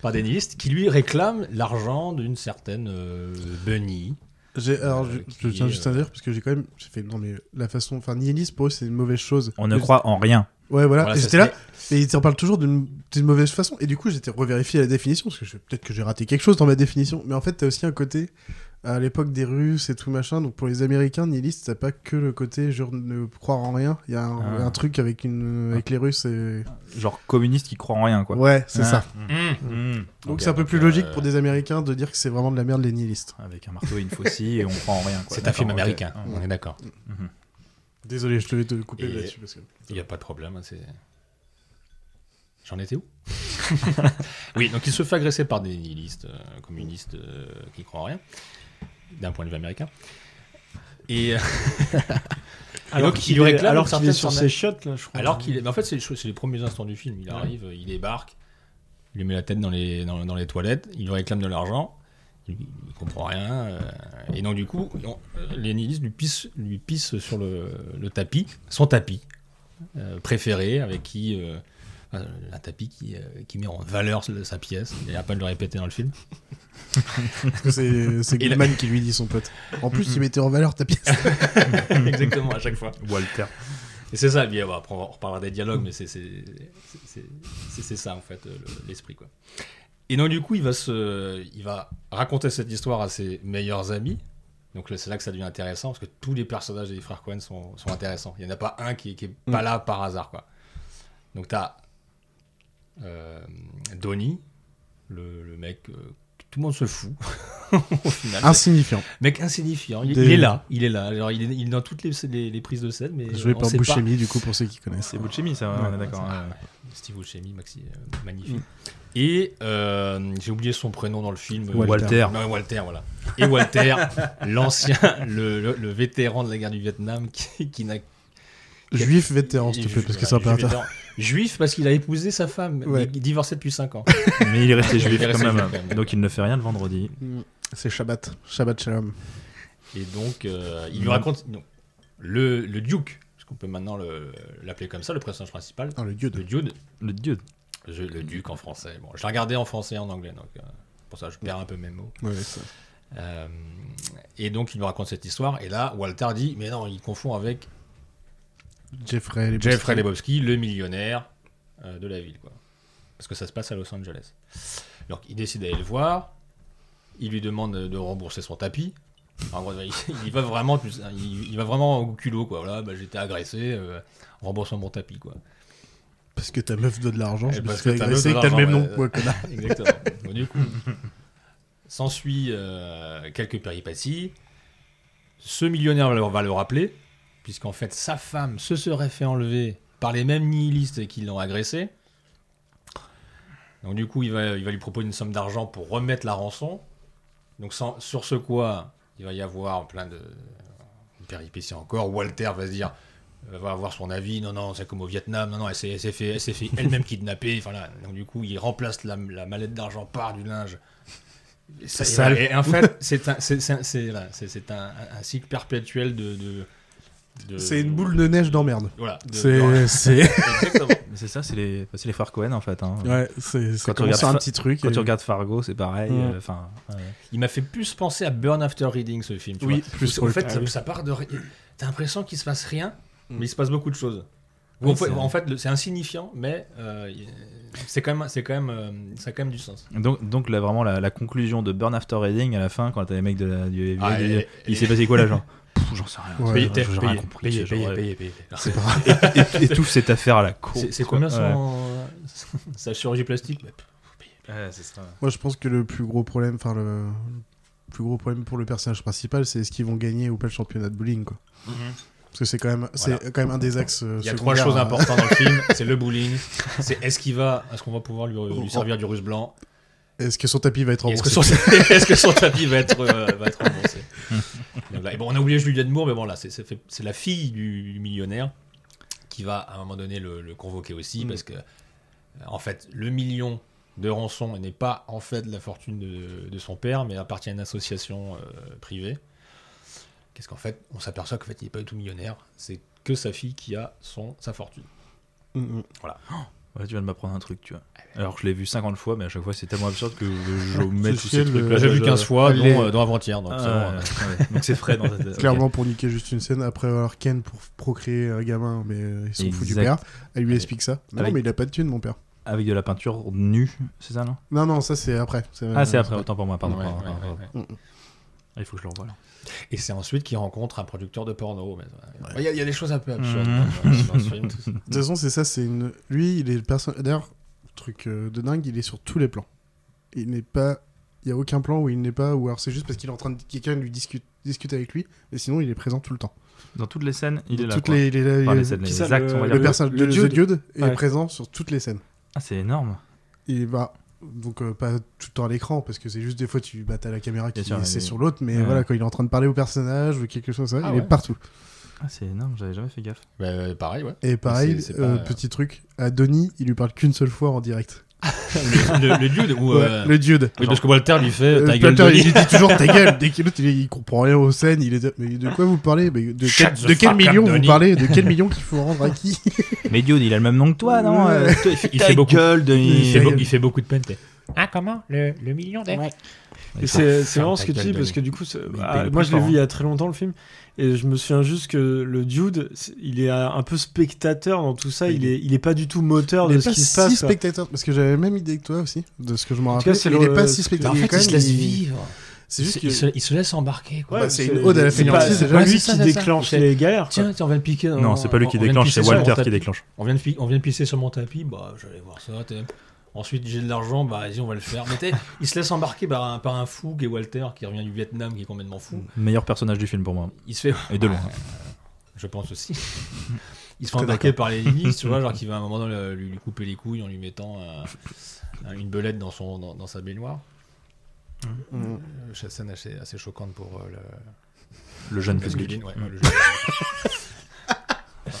C: par des nihilistes qui lui réclament l'argent d'une certaine euh, Bunny.
A: J'ai- alors, je- je, tiens
C: est,
A: juste à dire, parce que j'ai quand même. J'ai fait. Non, mais la façon. Enfin, nihilisme, pour eux, c'est une mauvaise chose.
B: On ne
A: Mais-
B: croit en rien.
A: Ouais, voilà.
B: Voilà,
A: et
B: ça,
A: j'étais là. Et ils en parlent toujours d'une d'une mauvaise façon. Et du coup, j'étais revérifié la définition, parce que je- peut-être que j'ai raté quelque chose dans ma définition. Mais en fait, t'as aussi un côté. À l'époque des Russes et tout machin, donc pour les Américains, nihiliste, t'as pas que le côté je ne croire en rien. Il y a un,
B: Ah.
A: un truc avec, une, avec les Russes et.
B: Genre communiste qui croit en rien, quoi.
A: Ouais, c'est
B: Ah.
A: ça.
B: Mm. Mm.
A: Donc
B: Ok,
A: c'est un peu
B: donc,
A: plus logique
B: euh,
A: pour des Américains de dire que c'est vraiment de la merde les nihilistes.
B: Avec un marteau et une faucille et on croit en rien. quoi.
C: C'est un film
B: D'accord, ok.
C: américain,
B: Ah.
C: on est d'accord.
B: Mhm.
A: Désolé, je te vais te couper
C: Et-
A: là-dessus parce que.
C: Il n'y a pas de problème. hein, c'est- J'en étais où Oui, donc il se fait agresser par des nihilistes, euh, communistes euh, qui croient en rien, d'un point de vue américain. Et, euh,
D: Alors
C: donc,
D: qu'il
C: il lui
D: est-
C: réclame
D: alors
C: une
D: qu'il
C: certaine
D: est sur
C: forme-
D: ses chiottes, là, je crois.
C: Alors qu'il est... mais en fait, c'est les, choses- c'est les premiers instants du film. Il
D: Ouais.
C: arrive, il débarque, il lui met la tête dans les, dans, dans les toilettes, il lui réclame de l'argent, il, il comprend rien. euh, et donc, du coup, on- les nihilistes lui pissent, lui pissent sur le, le tapis, son tapis euh, préféré, avec qui. euh, euh, un tapis qui, euh, qui met en valeur sa pièce. Il n'y a pas de le répéter dans le film.
A: Parce que c'est c'est
C: Et la-
A: Goldman qui lui dit son pote. En plus, il mettait en valeur ta pièce.
C: Exactement, à chaque fois. Walter. Et c'est ça, bien, bah, après, on reparlera des dialogues, mais c'est c'est- c'est- c'est- c'est- c'est ça, en fait, euh, le- l'esprit. quoi. Et donc, du coup, il va, se, il va raconter cette histoire à ses meilleurs amis. Donc, là, c'est là que ça devient intéressant, parce que tous les personnages des frères Cohen sont, sont intéressants. Il n'y en a pas un qui, qui est pas
B: Mm.
C: là par hasard. quoi. Donc, tu as Donnie, le, le mec euh, que tout le monde se fout. au final.
A: Insignifiant.
C: Mec insignifiant. Il,
A: Des-
C: il est là, il est là. Alors, il est, il est dans toutes les, les- les prises de scène, mais
A: Joué
C: on
A: par
C: sait
A: Buscemi,
C: pas.
A: du coup, pour ceux qui connaissent.
B: C'est Buscemi, ça, on est d'accord.
C: Ah,
B: hein.
C: Steve Buscemi, Maxi, euh, magnifique.
A: Mm.
C: Et euh, j'ai oublié son prénom dans le film. euh,
B: Walter.
C: Non, Walter, voilà. Et Walter, l'ancien, le, le- le vétéran de la guerre du Vietnam, qui, qui n'a
A: Juif vétéran, s'il te plaît, parce que c'est un peu
C: Juif,
A: intéressant.
C: vétéran. Juif parce qu'il a épousé sa femme, mais
A: Ouais.
C: divorcé depuis 5 ans.
B: Mais il est resté juif
C: Il est
B: quand
C: resté
B: même.
C: juif quand même.
B: Donc il ne fait rien le vendredi.
A: C'est Shabbat. Shabbat Shalom.
C: Et donc, euh,
A: Mm.
C: il lui raconte. non. le, le Duke, parce qu'on peut maintenant le- l'appeler comme ça, le personnage principal.
A: Ah, le Dude.
C: Le Dude.
B: Le Dude.
C: Je- le Duke en français. Bon, je l'ai regardé en français et en anglais, donc euh, pour ça, je perds un peu mes mots.
A: Ouais, ça.
C: Euh, et donc, il lui raconte cette histoire. Et là, Walter dit Mais non, il confond avec
A: Jeffrey Lebowski.
C: Jeffrey Lebowski, le millionnaire euh, de la ville. Quoi. Parce que ça se passe à Los Angeles. Donc il décide d'aller le voir. Il lui demande de rembourser son tapis. En gros, il, il va vraiment, plus- il, il va vraiment au culot. Quoi. Voilà, bah, j'étais agressé, euh, remboursant mon tapis. Quoi.
A: Parce que ta meuf donne de l'argent.
C: Et
A: je me
C: parce
A: suis
C: que t'as
A: agressé et que t'as le
C: l'argent,
A: même nom
C: ouais.
A: que moi, connard.
C: Exactement. Bon, du coup, s'ensuit euh, quelques péripéties. Ce millionnaire va le, va le rappeler, puisqu'en fait, sa femme se serait fait enlever par les mêmes nihilistes qui l'ont agressé. Donc, du coup, il va, il va lui proposer une somme d'argent pour remettre la rançon. Donc, sans- sur ce quoi, il va y avoir plein de une péripétie encore. Walter va se dire, euh, va avoir son avis. Non, non, c'est comme au Vietnam. Non, non, elle s'est elle s'est fait, elle s'est fait elle-même kidnapper. Enfin, là, donc du coup, il remplace la, la mallette d'argent par du linge. Et, ça-
A: C'est
C: et-
A: sale.
C: et en fait, c'est un, c'est- c'est un- c'est- voilà, c'est- c'est un- un cycle perpétuel de. de- de-
A: C'est une boule de neige d'emmerde.
C: Voilà. de-
A: C'est.
C: de-
A: c'est-
C: Exactement.
B: Mais c'est ça, c'est les, bah, c'est les frères Cohen en fait. hein.
A: Ouais, c'est- ça
B: Quand tu
A: commence
B: regardes
A: sur un
B: Fa-
A: petit truc
B: Quand
A: et-
B: tu regardes Fargo, c'est pareil.
A: Mm.
B: euh, Enfin, ouais.
C: Il m'a fait plus penser à Burn After Reading ce film. Tu
A: Oui,
C: vois.
A: plus
C: En
A: pour le
C: fait,
A: coup.
C: ça,
A: Ah oui.
C: ça part de. ri- T'as l'impression qu'il se passe rien, mais il se passe beaucoup de choses. Ou en
B: Oui,
C: fait-
B: c'est-
C: en fait, le- c'est insignifiant, mais euh, y- c'est quand même, c'est quand même, euh, ça a quand même du sens.
B: Donc, donc là, vraiment, la, la conclusion de Burn After Reading à la fin, quand t'as les mecs de la, du
C: Ah,
B: du-
C: et-
B: il
C: et-
B: s'est passé quoi là, genre Pff, J'en sais rien.
C: Ouais.
B: J'ai-
C: Payez,
B: j'ai rien
C: payez,
B: compris, c'est
C: payez,
B: genre,
C: payez,
B: ouais.
C: payez, payez.
B: C'est pas- et- et- Étouffe cette affaire à la con.
C: C'est c'est combien
B: Ouais.
C: son sa chirurgie plastique Bah, pff, payez.
A: Moi, je pense que le plus gros problème, enfin le le plus gros problème pour le personnage principal, c'est est-ce qu'ils vont gagner ou pas le championnat de bowling, quoi.
C: Mhm.
A: Parce que c'est quand même, c'est
C: Voilà.
A: quand même un des axes. euh,
C: Il y a trois
A: secondaires,
C: choses
B: hein.
A: euh,
C: importantes dans le film c'est le bowling, c'est est-ce qu'il va, est-ce qu'on va pouvoir lui,
B: Oh,
C: lui servir du russe blanc
A: Est-ce que son tapis va être
C: et
A: remboursé
C: Est-ce que, son, est-ce que son tapis va être, euh, va être remboursé Donc là, et bon, On a oublié Julianne Moore, mais bon, là, c'est- c'est fait- c'est la fille du, du millionnaire qui va à un moment donné le, le convoquer aussi,
B: Mm.
C: parce que, euh, en fait, le million de rançon n'est pas en fait la fortune de, de son père, mais appartient à une association euh, privée. Qu'est-ce qu'en fait, on s'aperçoit qu'en fait, il n'est pas du tout millionnaire, c'est que sa fille qui a son, sa fortune. Voilà.
B: Ouais, tu viens de m'apprendre un truc, tu vois.
C: Ah,
B: Alors que je l'ai vu 50 fois, mais à chaque fois c'est tellement absurde que je mets
C: Ce
B: tous ces
C: ciel,
B: trucs là.
C: euh, j'ai vu 15 fois,
A: Elle est-
C: dont, euh, dont avant-hier. Donc, c'est bon, Ah ouais.
B: donc c'est frais dans ta tête.
A: Clairement, pour niquer juste une scène, après avoir Ken pour procréer un gamin, mais euh, ils sont fous du
B: Exact.
A: père, elle lui explique ça. Non,
B: Avec-
A: mais il a pas de thune, mon père.
B: Avec de la peinture nue, c'est ça non
A: Non, non, ça c'est euh, après.
B: Ah, c'est après, autant pour moi, pardon.
C: Ouais,
B: pardon,
C: ouais,
B: pardon,
C: ouais,
B: pardon. Il faut que je le revoie là.
C: Et c'est ensuite qu'il rencontre un producteur de porno. mais- euh, Mmh. Il y, a- il y a des choses un peu absurdes.
A: Mhm.
C: quand même, dans ce film.
A: De toute façon, c'est ça, c'est une. Lui, il est le personnage. D'ailleurs, truc euh, de dingue, il est sur tous les plans. Il n'est pas. Il y a aucun plan où il n'est pas, ou alors c'est juste parce qu'il est en train de. Quelqu'un lui discute, discute avec lui, mais sinon il est présent tout le temps.
B: Dans toutes les scènes, il
A: Dans
B: est là,
A: toutes
B: quoi.
A: Les, les,
B: Enfin,
A: les-
B: les scènes, les C'est ça, actes, le- on va dire.
A: Le personnage
B: le-
A: de
B: le
A: The
B: dieu.
A: Dude est
B: Ouais.
A: présent sur toutes les scènes.
B: Ah, c'est énorme.
A: Il va. Donc, euh, pas tout le temps à l'écran, parce que c'est juste des fois tu bah, t'as la caméra qui
B: Bien sûr,
A: c'est
B: mais-
A: sur l'autre, mais
B: Ouais.
A: voilà, quand il est en train de parler au personnage ou quelque chose, comme ça,
B: Ah
A: il
B: ouais.
A: est partout.
B: Ah, c'est énorme, j'avais jamais fait gaffe.
C: Bah, euh, pareil, ouais.
A: Et pareil,
C: C'est- c'est
A: euh,
C: pas-
A: petit truc, à Donnie, il lui parle qu'une seule fois en direct.
C: le, le dude ou.
A: Ouais,
C: euh,
A: Le dude.
C: Oui, parce que Walter lui fait
A: Euh,
C: ta gueule.
A: Walter,
C: Tony.
A: il lui dit toujours ta gueule. Dès qu'il l'autre, il, il comprend rien aux scènes, il est de, mais de quoi vous parlez Mais de,
B: Shut
A: quel,
B: the
A: de quel
B: fuck
A: million
B: up,
A: vous
B: Donnie.
A: parlez De quel million qu'il faut rendre à qui
B: Mais Diode, il a le même nom que toi, non
A: Ouais.
B: Euh, toi, Il fait, il fait beaucoup.
C: gueule,
B: Denis.
C: Il fait, beau- il fait beaucoup de peine. t'es-
O: Ah, comment le, le million d'air
D: Et C'est c'est marrant ce que tu dis parce que du coup, c'est- ah, moi je l'ai vu il y a très longtemps le film et je me souviens juste que le dude, c'est- il est un peu spectateur dans tout ça. Il est, il est pas du tout moteur
A: Il
D: de
A: est
D: ce
A: pas
D: qui se
A: si
D: passe. quoi.
A: spectateur, parce que j'avais la même idée que toi aussi, de ce que je m'en
D: En tout
A: rappelle.
D: cas, c'est
A: Il
D: le-
A: est pas
D: c'est-
A: si
D: Mais
A: spectateur.
D: en fait,
A: quand
D: il se laisse
A: même,
D: vivre.
A: C'est juste
C: il,
A: que-
C: se, il se laisse embarquer. Quoi.
A: Bah, c'est une ode à la
C: c'est pas-
A: fainéantise,
C: c'est
A: déjà.
C: pas
A: Lui
C: lui
A: qui déclenche les galères,
C: Tiens,
A: quoi.
C: tiens, on vient de piquer.
B: Non,
C: on-
B: c'est pas lui
C: on-
B: qui
C: on vient de
B: déclenche,
C: pisser
B: c'est
C: sur mon
B: Walter qui
C: tapis.
B: déclenche.
C: On vient, de, pi- on vient de pisser sur mon tapis. Bah, j'allais voir ça. t'es- Ensuite, j'ai de l'argent. Bah, vas-y, on va le faire. Mais t'es- il se laisse embarquer par un, par un fou qui est Walter, qui revient du Vietnam, qui est complètement fou.
B: Meilleur personnage du film pour moi.
C: Il se fait.
B: Et de loin. hein.
C: Je pense aussi. Ils se
B: Très
C: font embarquer
B: d'accord.
C: par les limites, tu vois, genre qui va à un moment donné euh, lui, lui couper les couilles en lui mettant euh, une belette dans, son, dans, dans sa baignoire.
A: Mhm.
C: Euh, Cette scène assez, assez choquante pour euh, le...
B: Le jeune
C: masculine,
B: public.
C: ouais, le jeune-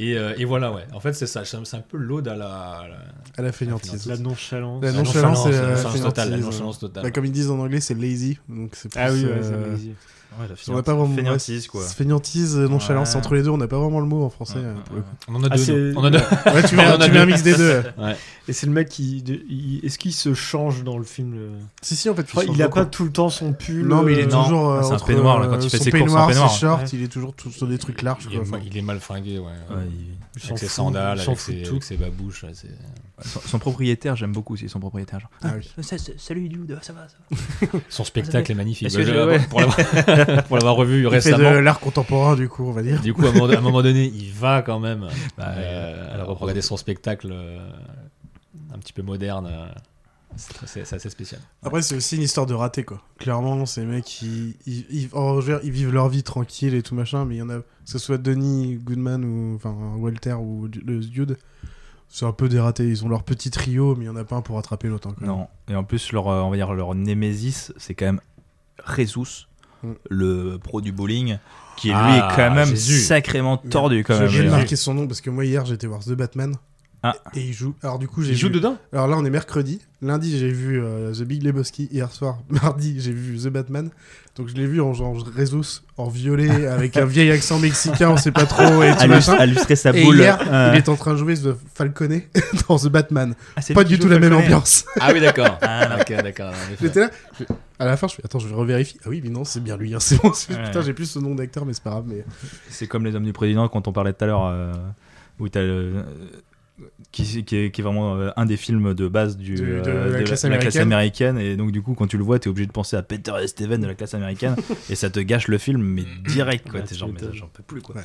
C: et, euh, et voilà, ouais. En fait, c'est ça. C'est un- c'est un peu l'ode à la, à la,
A: À la fainéantise.
D: La nonchalance.
A: La nonchalance, c'est la
C: nonchalance totale. La
A: fainéantise.
C: nonchalance totale.
A: Bah, comme ils disent en anglais, c'est lazy. Donc c'est
D: Ah
A: plus,
D: oui, ouais,
A: euh,
D: c'est lazy.
B: Ouais, la
A: on n'a
B: fainéantise-
A: pas vraiment
B: fainéantise, quoi.
A: Fainéantise, euh, nonchalance,
B: Ouais.
A: entre les deux, on n'a pas vraiment le mot en français. euh, pour le coup.
C: On en a
D: Ah,
C: deux,
D: c'est-
C: nous. On en a deux.
A: Ouais, tu mets,
C: On en a
A: tu mets un
C: deux.
A: mix des deux. ouais.
D: Et c'est le mec qui. de- il- Est-ce qu'il se change dans le film le-
A: Si, si, en fait,
D: Je crois,
A: il se
D: il a
A: change
D: pas
A: beaucoup.
D: tout le temps son pull.
A: Non, mais il est
D: euh,
A: toujours. euh,
B: Ah, c'est un
A: entre,
B: peignoir, là, quand
A: euh,
B: il fait
A: son
B: ses courses en
A: peignoir,
B: peignoir.
A: ses shorts,
D: Ouais.
A: il est toujours tout- sur des trucs larges.
C: Il est,
A: quoi,
C: ma-
A: enfin.
C: il est mal fringué, ouais.
B: Ouais, il-
D: Il s'en
C: Avec ses
D: fout,
C: sandales,
D: il s'en
C: avec
D: fout de
C: ses,
D: tout.
C: avec ses babouches. ouais, c'est-
B: Son, son propriétaire, j'aime beaucoup aussi son propriétaire. Genre,
A: Ah oui.
O: Salut Dude, ça va, ça va
C: Son spectacle est magnifique.
B: Est-ce
C: Bah,
B: que
C: je-
B: je- ouais.
C: Pour l'avoir- pour l'avoir revu
A: Il fait
C: récemment.
A: de l'art contemporain, du coup, on va dire.
C: Du coup, à un moment, à un moment donné, il va quand même euh, regarder son spectacle euh, un petit peu moderne. euh, c'est très- C'est c'est assez spécial.
A: Après, c'est aussi une histoire de raté, quoi. Clairement, ces mecs, ils, ils, ils- en- je veux dire, ils vivent leur vie tranquille et tout machin, mais il y en a, que ce soit Denis Goodman ou enfin, Walter ou du- le Dude, c'est un peu des ratés. Ils ont leur petit trio, mais il n'y en a pas un pour rattraper l'autre. hein, quand même.
B: Non, et en plus, leur, euh, on va dire, leur némésis, c'est quand même Jesus,
A: Mm.
B: le pro du bowling, qui lui
C: Ah,
B: est quand même
C: Jésus.
B: sacrément tordu quand même.
A: J'ai
B: lui, hein.
A: marqué son nom parce que moi, hier, j'étais voir The Batman.
B: Ah.
A: Et il joue. Alors, du coup, j'ai
C: Il joue
A: vu-
C: dedans
A: Alors là, on est mercredi. Lundi, j'ai vu euh, The Big Lebowski. Hier soir, mardi, j'ai vu The Batman. Donc je l'ai vu en genre Rezos, en violet, avec un vieil accent mexicain, on sait pas trop. Et tout
B: À lui-
A: machin.
B: à lui serait sa
A: Et
B: boule. euh,
A: hier,
B: Ouais.
A: il est en train de jouer The Falconet dans The Batman.
B: Ah, c'est
A: pas
B: lui qui
A: du
B: joue
A: tout la même
B: Falconet.
A: ambiance.
C: Ah oui, d'accord.
B: Ah,
C: Ok, d'accord. en effet.
A: J'étais là. je- À la fin, je fais attends, je vais revérifie. Ah oui, mais non, c'est bien lui. hein, c'est bon. c'est-
B: Ouais.
A: Putain, j'ai plus ce nom d'acteur, mais c'est pas grave. Mais
B: C'est comme les hommes du président quand on parlait tout à l'heure. euh, Oui, t'as le- euh, qui, qui est, qui est vraiment euh, un des films de base du,
P: De- de
B: euh,
P: la classe
B: américaine. Et donc, du coup, quand tu le vois, t'es obligé de penser à Peter Esteven de la classe américaine. et ça te gâche le film, mais direct, quoi.
A: Bah,
P: Ouais,
B: T'es
P: tu
D: Ah,
B: genre, mais
P: m'étonnes.
B: ça, j'en peux plus, quoi.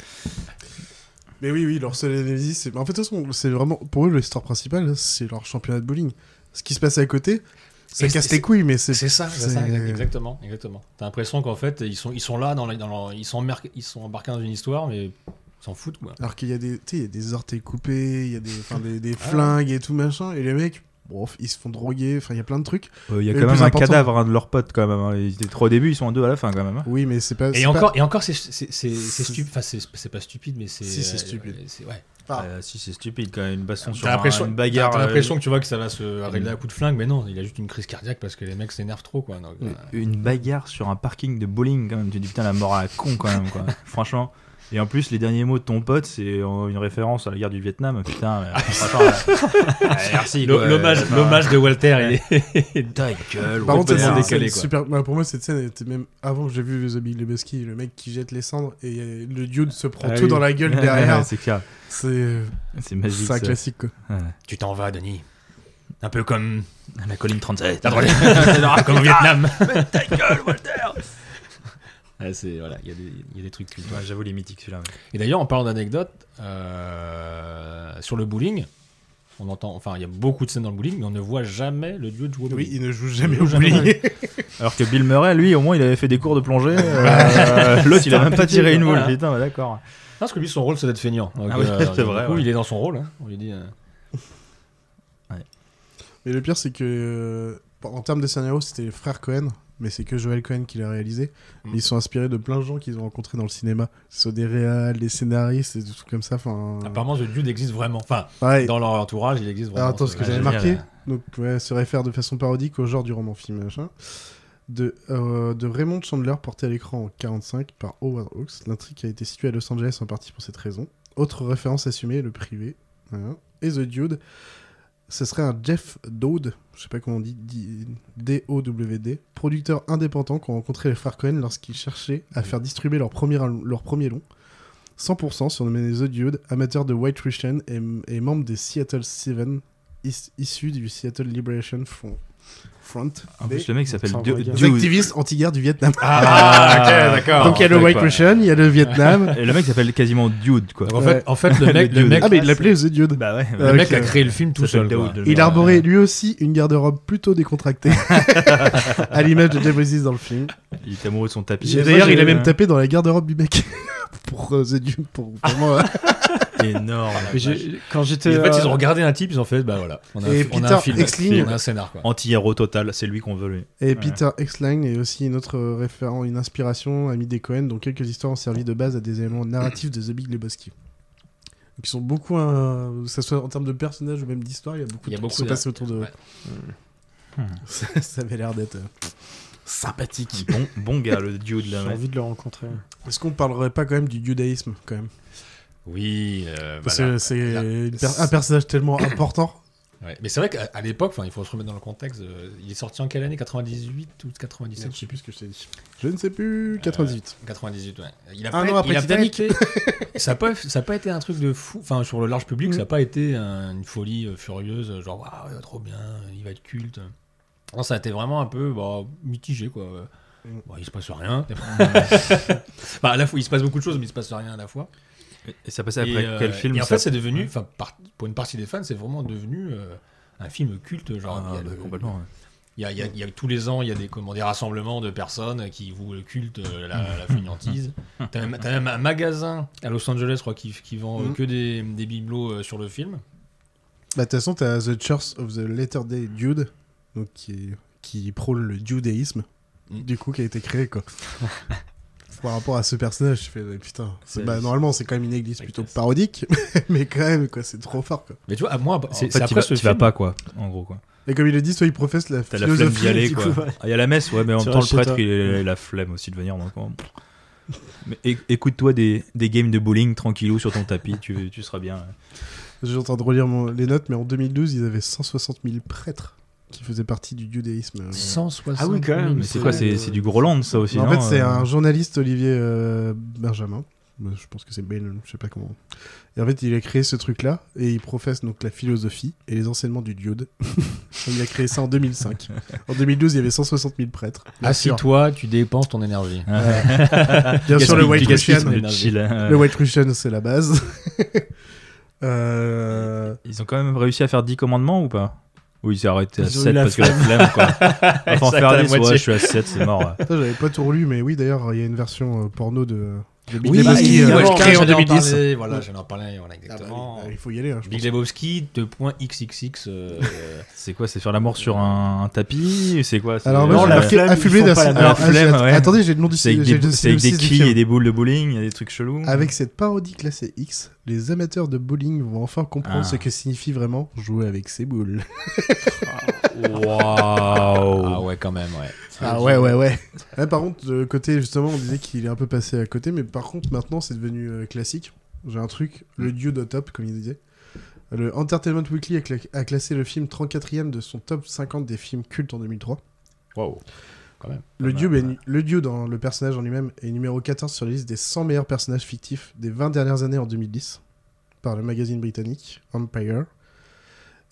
A: Mais oui, oui, leur seule analyse, c'est. mais En fait, de toute façon, c'est vraiment. Pour eux, l'histoire principale, c'est leur championnat de bowling. Ce qui se passe à côté, ça
C: Et
A: casse
C: c'est-
A: les couilles, mais c'est.
C: C'est ça, c'est ça,
A: c'est-
C: exact- exactement, exactement. T'as l'impression qu'en fait ils sont ils sont là dans, la- dans leur- ils sont emmer- ils sont embarqués dans une histoire mais ils s'en foutent quoi.
A: Alors qu'il y a des, tu sais, il y a des orteils coupés, il y a des, enfin, des, des
C: Ah.
A: flingues et tout machin, et les mecs, bon, ils se font droguer, enfin, il y a plein de trucs.
B: Euh, Il y a
A: Et
B: quand
A: le
B: même
A: plus
B: un
A: important-
B: cadavre hein, de leur pote, quand même. hein. Ils étaient trois au début, ils sont en deux à la fin, quand même. hein.
A: Oui, mais c'est pas.
C: Et
A: c'est
C: encore
A: pas-
C: et encore c'est c'est c'est- c'est stupide, enfin c'est c'est pas stupide mais c'est
A: Si, c'est
C: euh,
A: stupide.
C: c'est- ouais.
B: Euh, si, c'est stupide quand même. Une baston sur
C: Ah. T'as l'impression
B: un- une bagarre.
C: t'as- t'as l'impression
B: euh,
C: que tu vois que ça va se régler à coup de flingue mais non, il a juste une crise cardiaque parce que les mecs s'énervent trop quoi. Donc, euh,
B: une bagarre sur un parking de bowling quand même. Tu te dis putain la mort à la con quand même quoi. Franchement. Et en plus les derniers mots de ton pote c'est euh, une référence à la guerre du Vietnam. Putain. euh, franchement, euh, euh, merci.
C: L'ho-
B: quoi.
C: l'hommage-
B: Enfin,
C: l'hommage de Walter, il est-
B: Ta gueule.
A: Par contre, cette
B: Walter.
A: scène, c'est super. bah, pour moi, cette scène était même avant que j'ai vu The Big Lebowski, le mec qui jette les cendres et euh, le dude se prend
B: Ah
A: tout
B: oui.
A: dans la gueule derrière.
B: C'est clair.
A: C'est
B: C'est magique,
A: C'est un
B: ça.
A: classique quoi.
B: Ouais.
C: Tu t'en vas Denis. Un peu comme
B: la Ah, colline 37.
C: La droite- Un peu comme au Vietnam.
B: Mais ta gueule, Walter.
C: Ouais, c'est voilà, il y, a des- il y a des trucs cultes.
B: Ouais, j'avoue, il est mythique, celui-là, ouais.
C: Et d'ailleurs, en parlant d'anecdotes, euh, sur le bowling, on entend, enfin, il y a beaucoup de scènes dans le bowling, mais on ne voit jamais le dieu jouer au bowling.
A: Oui, il ne joue
C: Il joue jamais.
B: Alors que Bill Murray, lui, au moins, il avait fait des cours de plongée. euh, L'autre, il a même pas tiré une boule.
C: Voilà.
B: Putain, bah, d'accord.
C: Non, parce que lui, son rôle, c'est d'être feignant. Donc,
B: Ah oui,
C: euh,
B: c'est
C: donc, du
B: vrai,
C: coup,
B: ouais.
C: il est dans son rôle. hein. On lui dit. euh,
A: Mais le pire, c'est que euh, en termes de scénario, c'était les frères Cohen, mais c'est que Joel Cohen qui l'a réalisé. Mais Ils sont inspirés de plein de gens qu'ils ont rencontrés dans le cinéma. Ce sont des réals, des scénaristes, et des trucs comme ça. Enfin,
C: Apparemment, The Dude existe vraiment. Enfin,
A: Ouais.
C: dans leur entourage, il existe vraiment.
A: Alors Ah, attends, ce que
C: Ouais,
A: j'avais
C: génial.
A: marqué, donc ouais, se réfère de façon parodique au genre du roman film machin, de, euh, de Raymond Chandler porté à l'écran en 45 par Howard Hawks. L'intrigue a été située à Los Angeles en partie pour cette raison. Autre référence assumée, le privé. Voilà. Et The Dude, ce serait un Jeff Dowd, je sais pas comment on dit, D- D-O-W-D, producteur indépendant qu'ont rencontré les frères Cohen lorsqu'ils cherchaient à faire distribuer leur premier, al- leur premier long. 100% surnommé The Dude, amateur de White Russian et, et membre des Seattle Seven, is- issu du Seattle Liberation Front. Front
B: En
A: des-
B: plus, le mec s'appelle
A: Sans
B: Dude.
A: regard.
B: Dude.
A: Des activistes anti-guerre du Vietnam.
B: Ah, ok, d'accord.
A: Donc il y a le
B: Ouais,
A: White
B: quoi.
A: Russian, il y a le Vietnam.
B: Et le mec s'appelle quasiment Dude, quoi.
C: Bah
A: En fait- Ouais. en fait, le mec- le
B: Dude.
A: mec- Ah, mais il l'appelait The Dude.
B: Bah ouais.
A: Le mec a créé
C: le film tout
B: S'appelle
C: seul, quoi.
B: Daoud, le
A: Il
B: genre.
A: arborait lui aussi une garde-robe plutôt décontractée, à l'image de Jeff Bridges dans le film.
B: Il est amoureux de son tapis.
A: J'ai- euh, D'ailleurs, il a même tapé dans la garde-robe du mec pour euh, The Dude, pour vraiment. euh,
B: Énorme.
A: Mais j'ai-
D: quand j'étais,
C: Et En fait,
D: euh,
C: ils ont regardé un type, ils ont fait, bah voilà. On a, un,
A: Et
C: fi- on a un
A: Peter
C: film,
A: Exling-
C: on a un scénar, quoi.
B: Anti-héros total, c'est lui qu'on veut, lui.
A: Et
B: Ouais.
A: Peter Exline est aussi une autre euh, référent, une inspiration, ami des Cohen, dont quelques histoires ont servi de base à des éléments narratifs de The Big Lebowski. Donc ils sont beaucoup, euh, que ce soit en termes de personnages ou même d'histoire, il y a beaucoup
C: Il y
A: de
C: a
A: trucs qui
C: beaucoup
A: sont
C: de-
A: passés autour de. ça, ça avait l'air d'être euh, sympathique.
B: Bon, bon gars, le dude, là.
A: J'ai
B: ouais.
A: envie de le rencontrer. Est-ce qu'on parlerait pas quand même du judaïsme quand même
C: Oui. euh,
A: Parce
C: voilà.
A: que c'est une per-
C: C'est-
A: un personnage tellement important.
C: Ouais, Mais c'est vrai qu'à à l'époque, enfin, il faut se remettre dans le contexte. euh, Il est sorti en quelle année 98 ou 97
A: Je sais plus ce que je t'ai dit. Je ne sais plus. 98.
C: 98, ouais. Il a
A: Un
C: pas-
A: an après
C: il a pas
A: Titanic.
C: été- ça n'a pas, ça a pas été un truc de fou. Enfin, sur le large public,
A: Mm.
C: ça n'a pas été un- une folie euh, furieuse, euh, genre, waouh, trop bien, il va être culte. Non, ça a été vraiment un peu bah, mitigé, quoi. Euh,
A: Mm.
C: bah, il se passe rien. Bah, à la fois, il se passe beaucoup de choses, mais il se passe rien à la fois.
B: Et ça passait après quel film,
C: Et en
B: ça
C: fait, c'est devenu, enfin, par- pour une partie des fans, c'est vraiment devenu euh, un film culte. Genre, il y a le-
B: Ah, bah, complètement, ouais.
C: il y a, il y a- il y a- tous les ans, il y a des, comment, des rassemblements de personnes qui vouent le culte, euh, la, la fainéantise. T'as même, t'as même un magasin à Los Angeles, je crois, qui, qui vend euh,
A: Mhm.
C: que des, des bibelots euh, sur le film.
A: Bah, de toute façon, t'as The Church of the Latter Day Dude, donc qui, est- qui prône le judaïsme,
B: Mm.
A: du coup, qui a été créé, quoi. Par rapport à ce personnage, je fais mais putain. c'est-
C: C'est-
A: bah, normalement, c'est quand même une église plutôt parodique, mais quand même, quoi, c'est trop fort, quoi.
C: Mais tu vois, à moi,
B: En fait, tu, vas, tu vas pas, quoi, en gros, quoi.
A: Et comme ils le disent, toi, ils professent la
B: T'as la flemme
A: philosophie.
B: d'y aller,
A: du
B: quoi.
A: coup,
B: Ah, Il y a la messe, ouais, mais en
A: Tu
B: même temps, le
A: restes chez
B: prêtre,
A: toi.
B: il a la flemme aussi de venir. Donc, on- Mais é- écoute-toi des, des games de bowling tranquillou sur ton tapis, tu, tu seras bien.
A: J'ai en train de relire mon- les notes, mais en 2012, ils avaient 160 000 prêtres qui faisaient partie du judaïsme. euh,
C: 160
D: Ah oui, quand même.
B: Mais c'est quoi C'est c'est du Groland, ça aussi
A: en
B: non
A: fait, c'est
B: Euh,
A: un journaliste, Olivier euh, Benjamin, Bah, Je pense que c'est Bale, je sais pas comment. Et en fait, il a créé ce truc-là et il professe donc la philosophie et les enseignements du diode. il a créé ça en 2005. En 2012, il y avait 160 000 prêtres. Bien
C: Ah,
A: sûr.
C: Assis-toi, tu dépenses ton énergie.
A: Hein Ouais. Bien sûr, le White Russian.
B: hein?
A: Le White Russian, c'est la base. Euh,
B: Ils ont quand même réussi à faire 10 commandements ou pas Oui, ils s'est arrêté à
A: Ils ont
B: 7
A: eu la
B: parce que la flemme, quoi.
A: Ils
B: Enfin,
A: sont à
B: faire
A: la
B: 10,
A: moitié.
B: ouais, je suis à 7, c'est mort.
A: Putain, J'avais pas tout relu, mais oui, d'ailleurs, il y a une version euh, porno de. de Big
C: Oui,
A: Lebowski,
C: évidemment,
A: euh, créée en
C: j'allais en
A: 2010.
C: parler, Ah, bah voilà,
A: Ouais.
C: j'allais en parler, voilà, exactement.
A: Ah, bah, il faut y aller. hein,
C: Big Lebowski 2.xxx. euh, euh,
B: C'est quoi C'est faire l'amour sur un, un tapis C'est quoi c'est-
A: Alors, moi, j'ai marqué affublé d'un- alors,
B: la flemme,
A: att-
B: ouais.
A: attendez, j'ai le nom du
B: C'est avec
A: site-
B: des-
A: j'ai le
B: C'est avec des
A: synopsis du
B: quilles
A: film.
B: et des boules de bowling, il y a des trucs chelous.
A: Avec cette parodie classée X, les amateurs de bowling vont enfin comprendre
B: Ah.
A: ce que signifie vraiment jouer avec ses boules.
C: Waouh euh, Ah ouais, quand même, ouais.
A: Ah ouais, ouais, ouais. Ouais, par contre, le côté, justement, on disait qu'il est un peu passé à côté, mais par contre, maintenant, c'est devenu euh, classique. J'ai un truc, le
C: Mm.
A: dieu de top, comme il disait. Le Entertainment Weekly a, cla- a classé le film 34e de son top 50 des films cultes en 2003.
C: Waouh, quand même.
A: Le dieu, ben- le dieu dans le personnage en lui-même est numéro 14 sur la liste des 100 meilleurs personnages fictifs des 20 dernières années en 2010 par le magazine britannique Empire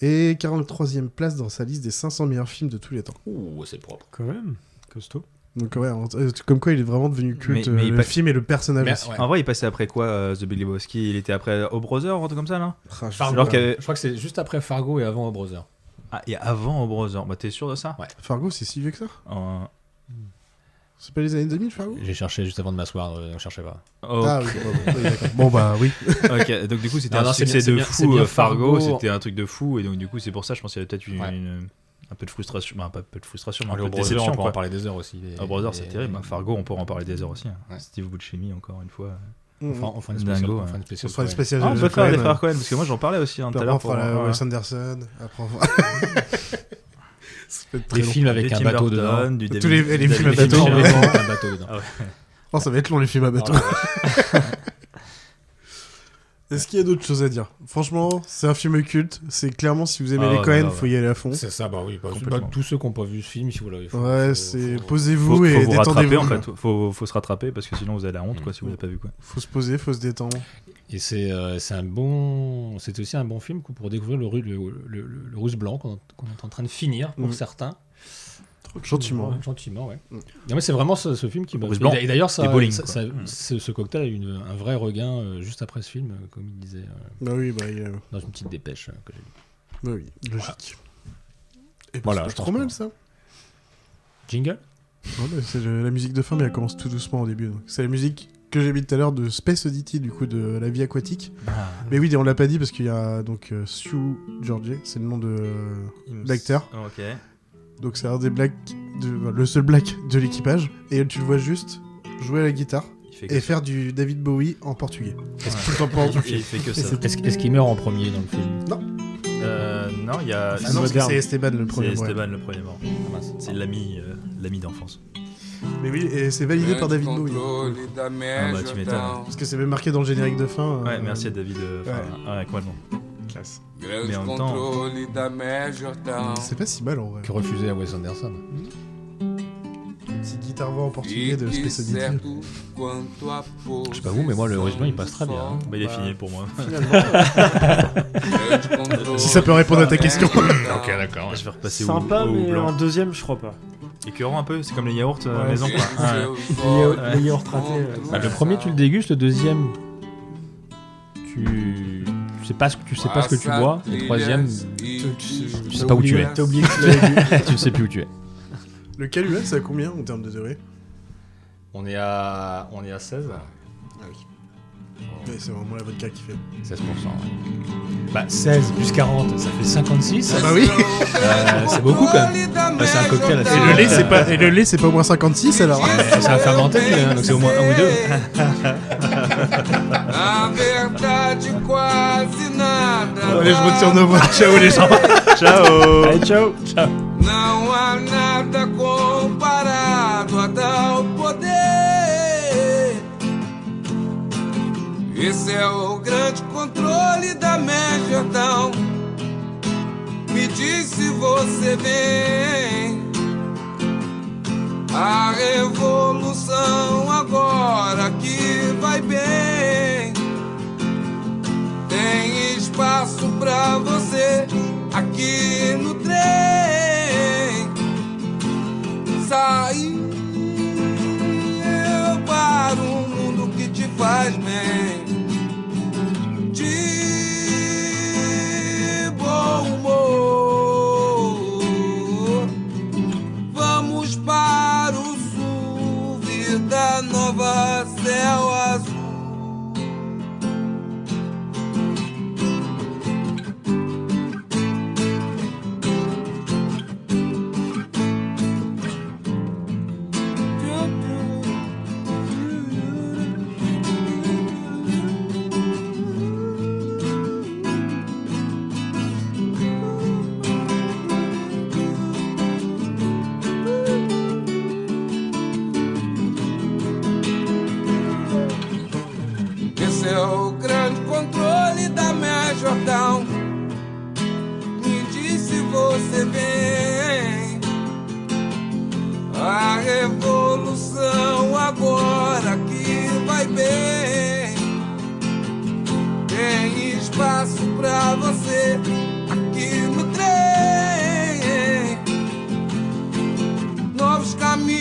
A: et 43e place dans sa liste des 500 meilleurs films de tous les temps.
C: Ouh, c'est propre.
D: Quand même, costaud.
A: Donc ouais, en- euh, comme quoi il est vraiment devenu culte euh, le
B: pa-
A: film et le personnage
B: Mais
A: aussi.
B: En vrai, il passait après quoi, euh, The Big Lebowski Il était après O Brother ou un truc comme ça, là
A: Ah, je
C: Fargo.
B: Alors qu'il y avait-
C: Je crois que c'est juste après Fargo et avant O Brother.
B: Ah, et avant O Brother, bah t'es sûr de ça
C: Ouais.
A: Fargo, c'est si vieux que ça
B: Euh,
A: C'est pas les années 2000 Fargo
C: J'ai cherché juste avant de m'asseoir, euh, on cherchait pas.
A: Ah
B: ok.
A: oui, bon, oui, d'accord. Bon, bah oui.
B: Oh, ok, donc du coup c'était
C: Non,
B: un
C: non, c'est
B: succès
C: bien- c'est
B: de
C: bien- c'est
B: fou.
C: bien
B: euh, Fargo,
C: Fargo.
B: c'était un truc de fou et donc du coup c'est pour ça je pense qu'il y avait peut-être une, une- un peu de frustration, bah, pas un peu de frustration, mais un
C: Allez,
B: peu
C: au
B: de
C: Brother,
B: déception.
C: on peut
B: quoi.
C: en parler des heures aussi, les-
B: Au Brother, c'est
C: les-
B: terrible. hein. Fargo, on peut en parler des heures aussi. hein. Steve Buscemi encore une fois.
C: On fera- on fera une spéciale- on fera une spéciale On fera une Coen.
A: spéciale
B: Ah, on
A: de
B: peut faire
A: Coen.
B: les frères Cohen parce que moi j'en parlais aussi hein, tout
A: euh, Après,
B: à l'heure.
A: on fera
B: pour-
A: la
B: ouais.
A: Wes Anderson, après on fera- Ça peut être très
C: Des
A: long.
C: films avec
B: Des
C: un
B: Tim
C: bateau
B: Burton,
C: dedans.
B: du
A: Tous les,
B: David-
A: les films à
B: David
A: bateau.
B: Fincher.
C: Un bateau dedans.
B: Ah ouais.
A: Oh, ça va être long les films à bateau.
C: Ah
A: Est-ce qu'il y a d'autres choses à dire Franchement, c'est un film culte. C'est clairement si vous aimez
C: Ah,
A: les Cohen,
C: non,
A: faut
C: ouais.
A: y aller à fond.
C: C'est ça, bah oui. bah,
A: Complètement.
C: bah, tous ceux qui n'ont pas vu ce film, si vous l'avez
A: Ouais, c'est
B: Faut,
A: posez-vous
B: faut
A: et
B: vous rattraper
A: détendez-vous.
B: en fait. Faut, faut se rattraper parce que sinon vous avez la honte quoi si vous l'avez pas vu quoi.
A: Faut se poser, faut se détendre.
C: Et c'est euh, c'est un bon, c'est aussi un bon film pour découvrir le, ru- le, le, le- le russe blanc qu'on qu'on est en train de finir pour
A: Mm.
C: certains.
A: Gentiment.
C: Ouais, gentiment, ouais. Non, mais c'est vraiment ce, ce film qui m'a.
B: Russe
C: Et
B: blanc,
C: d'a- et d'ailleurs,
B: des
C: ça,
B: bowling,
C: ça-
B: quoi. Mmh.
C: ça- ce, ce cocktail a eu une- un vrai regain euh, juste après ce film, euh, comme il disait euh,
A: Bah oui, bah, il y a-
C: dans une petite dépêche euh, que j'ai lue.
A: bah oui, logique. Et puis,
C: Voilà,
A: c'est
C: je
A: pas
C: pense
A: trop mal
C: que-
A: ça.
C: Jingle
A: Ouais, bah, c'est le- la musique de fin, mais elle commence tout doucement au début. donc. C'est la musique que j'ai mis tout à l'heure de Space Oddity, du coup, de la vie aquatique. Mais oui, on l'a pas dit parce qu'il y a donc euh, Sue Georgie, c'est le nom de
B: Il me-
A: l'acteur.
B: Ok.
A: Donc c'est un des blacks, de- le seul black de l'équipage. Et tu le vois juste jouer à la guitare
B: fait que
A: et
B: ça.
A: faire du David Bowie en portugais.
C: Est-ce
A: Tout le temps pas en portugais.
B: Il fait que ça.
C: Est-ce est-ce qu'il meurt en premier dans le film Ah,
A: Non.
B: Euh, non, il y a.
A: Ah non, parce que c'est Esteban le premier
B: C'est
A: mort.
B: Esteban le premier mort. C'est l'ami, euh, l'ami d'enfance.
A: Mais oui, et c'est validé par David Bowie. hein.
B: Ah bah, tu m'étonnes.
A: Parce que c'est même marqué dans le générique de fin. euh,
B: Ouais, merci à David. euh, enfin, ouais. complètement.
A: Classe.
B: Mais en même temps,
A: C'est pas si mal en vrai.
C: Que refuser à Wes Anderson.
A: Petite guitare voix en portugais de Space Oddity.
C: Je sais pas vous, mais moi, le russe blanc, il passe très bien. hein.
B: bah, il est fini pour moi.
A: Si ça peut répondre à ta question.
C: ok, d'accord.
B: Je vais repasser
D: Sympa,
B: bah, au, au
D: mais
B: blanc.
D: en deuxième, je crois pas.
B: Écœurant un peu, c'est comme les yaourts euh,
D: Ouais,
B: maison.
D: c'est-
B: quoi.
D: c'est-
B: Ouais.
D: les yaourts-
B: Ouais.
D: les yaourts ratés, ouais.
C: Bah, le premier, tu le dégustes, le deuxième, tu, tu sais pas ce que tu sais pas ce que tu bois, le troisième, tu, tu sais pas où tu es.
D: T'as oublié que tu l'avais
C: tu ne sais plus où tu es.
A: Le Calua, c'est à combien en termes de degrés
C: On est à on est à 16.
A: Ah oui. Ouais, c'est vraiment la vodka qui fait.
C: 16%. ouais. Bah 16 plus 40, ça fait 56.
A: Ah bah oui.
C: Euh, c'est beaucoup quand même. Bah, c'est un cocktail assez.
A: Et le lait, c'est pas, et le lait, c'est pas au moins 56 alors
C: Euh, Ça a fermenté, puis, hein, donc c'est au moins un ou deux.
N: Na verdade, quase nada.
A: Allez, je retire nos voix. Ciao les gens.
B: Ciao.
D: Allez, ciao.
N: Não há nada comparado a tal poder. Esse é o grande controle da Manhattan. Me diz se você vem. A revolução agora que vai bem.
P: sair para um mundo que te faz bem. De bom humor, vamos para o sul, vida nova, céu azul. Esse é o grande controle da minha Jordão. Então, Me diz se você vem. A revolução agora que vai bem. Tem espaço pra você aqui no trem. Novos caminhos. é um um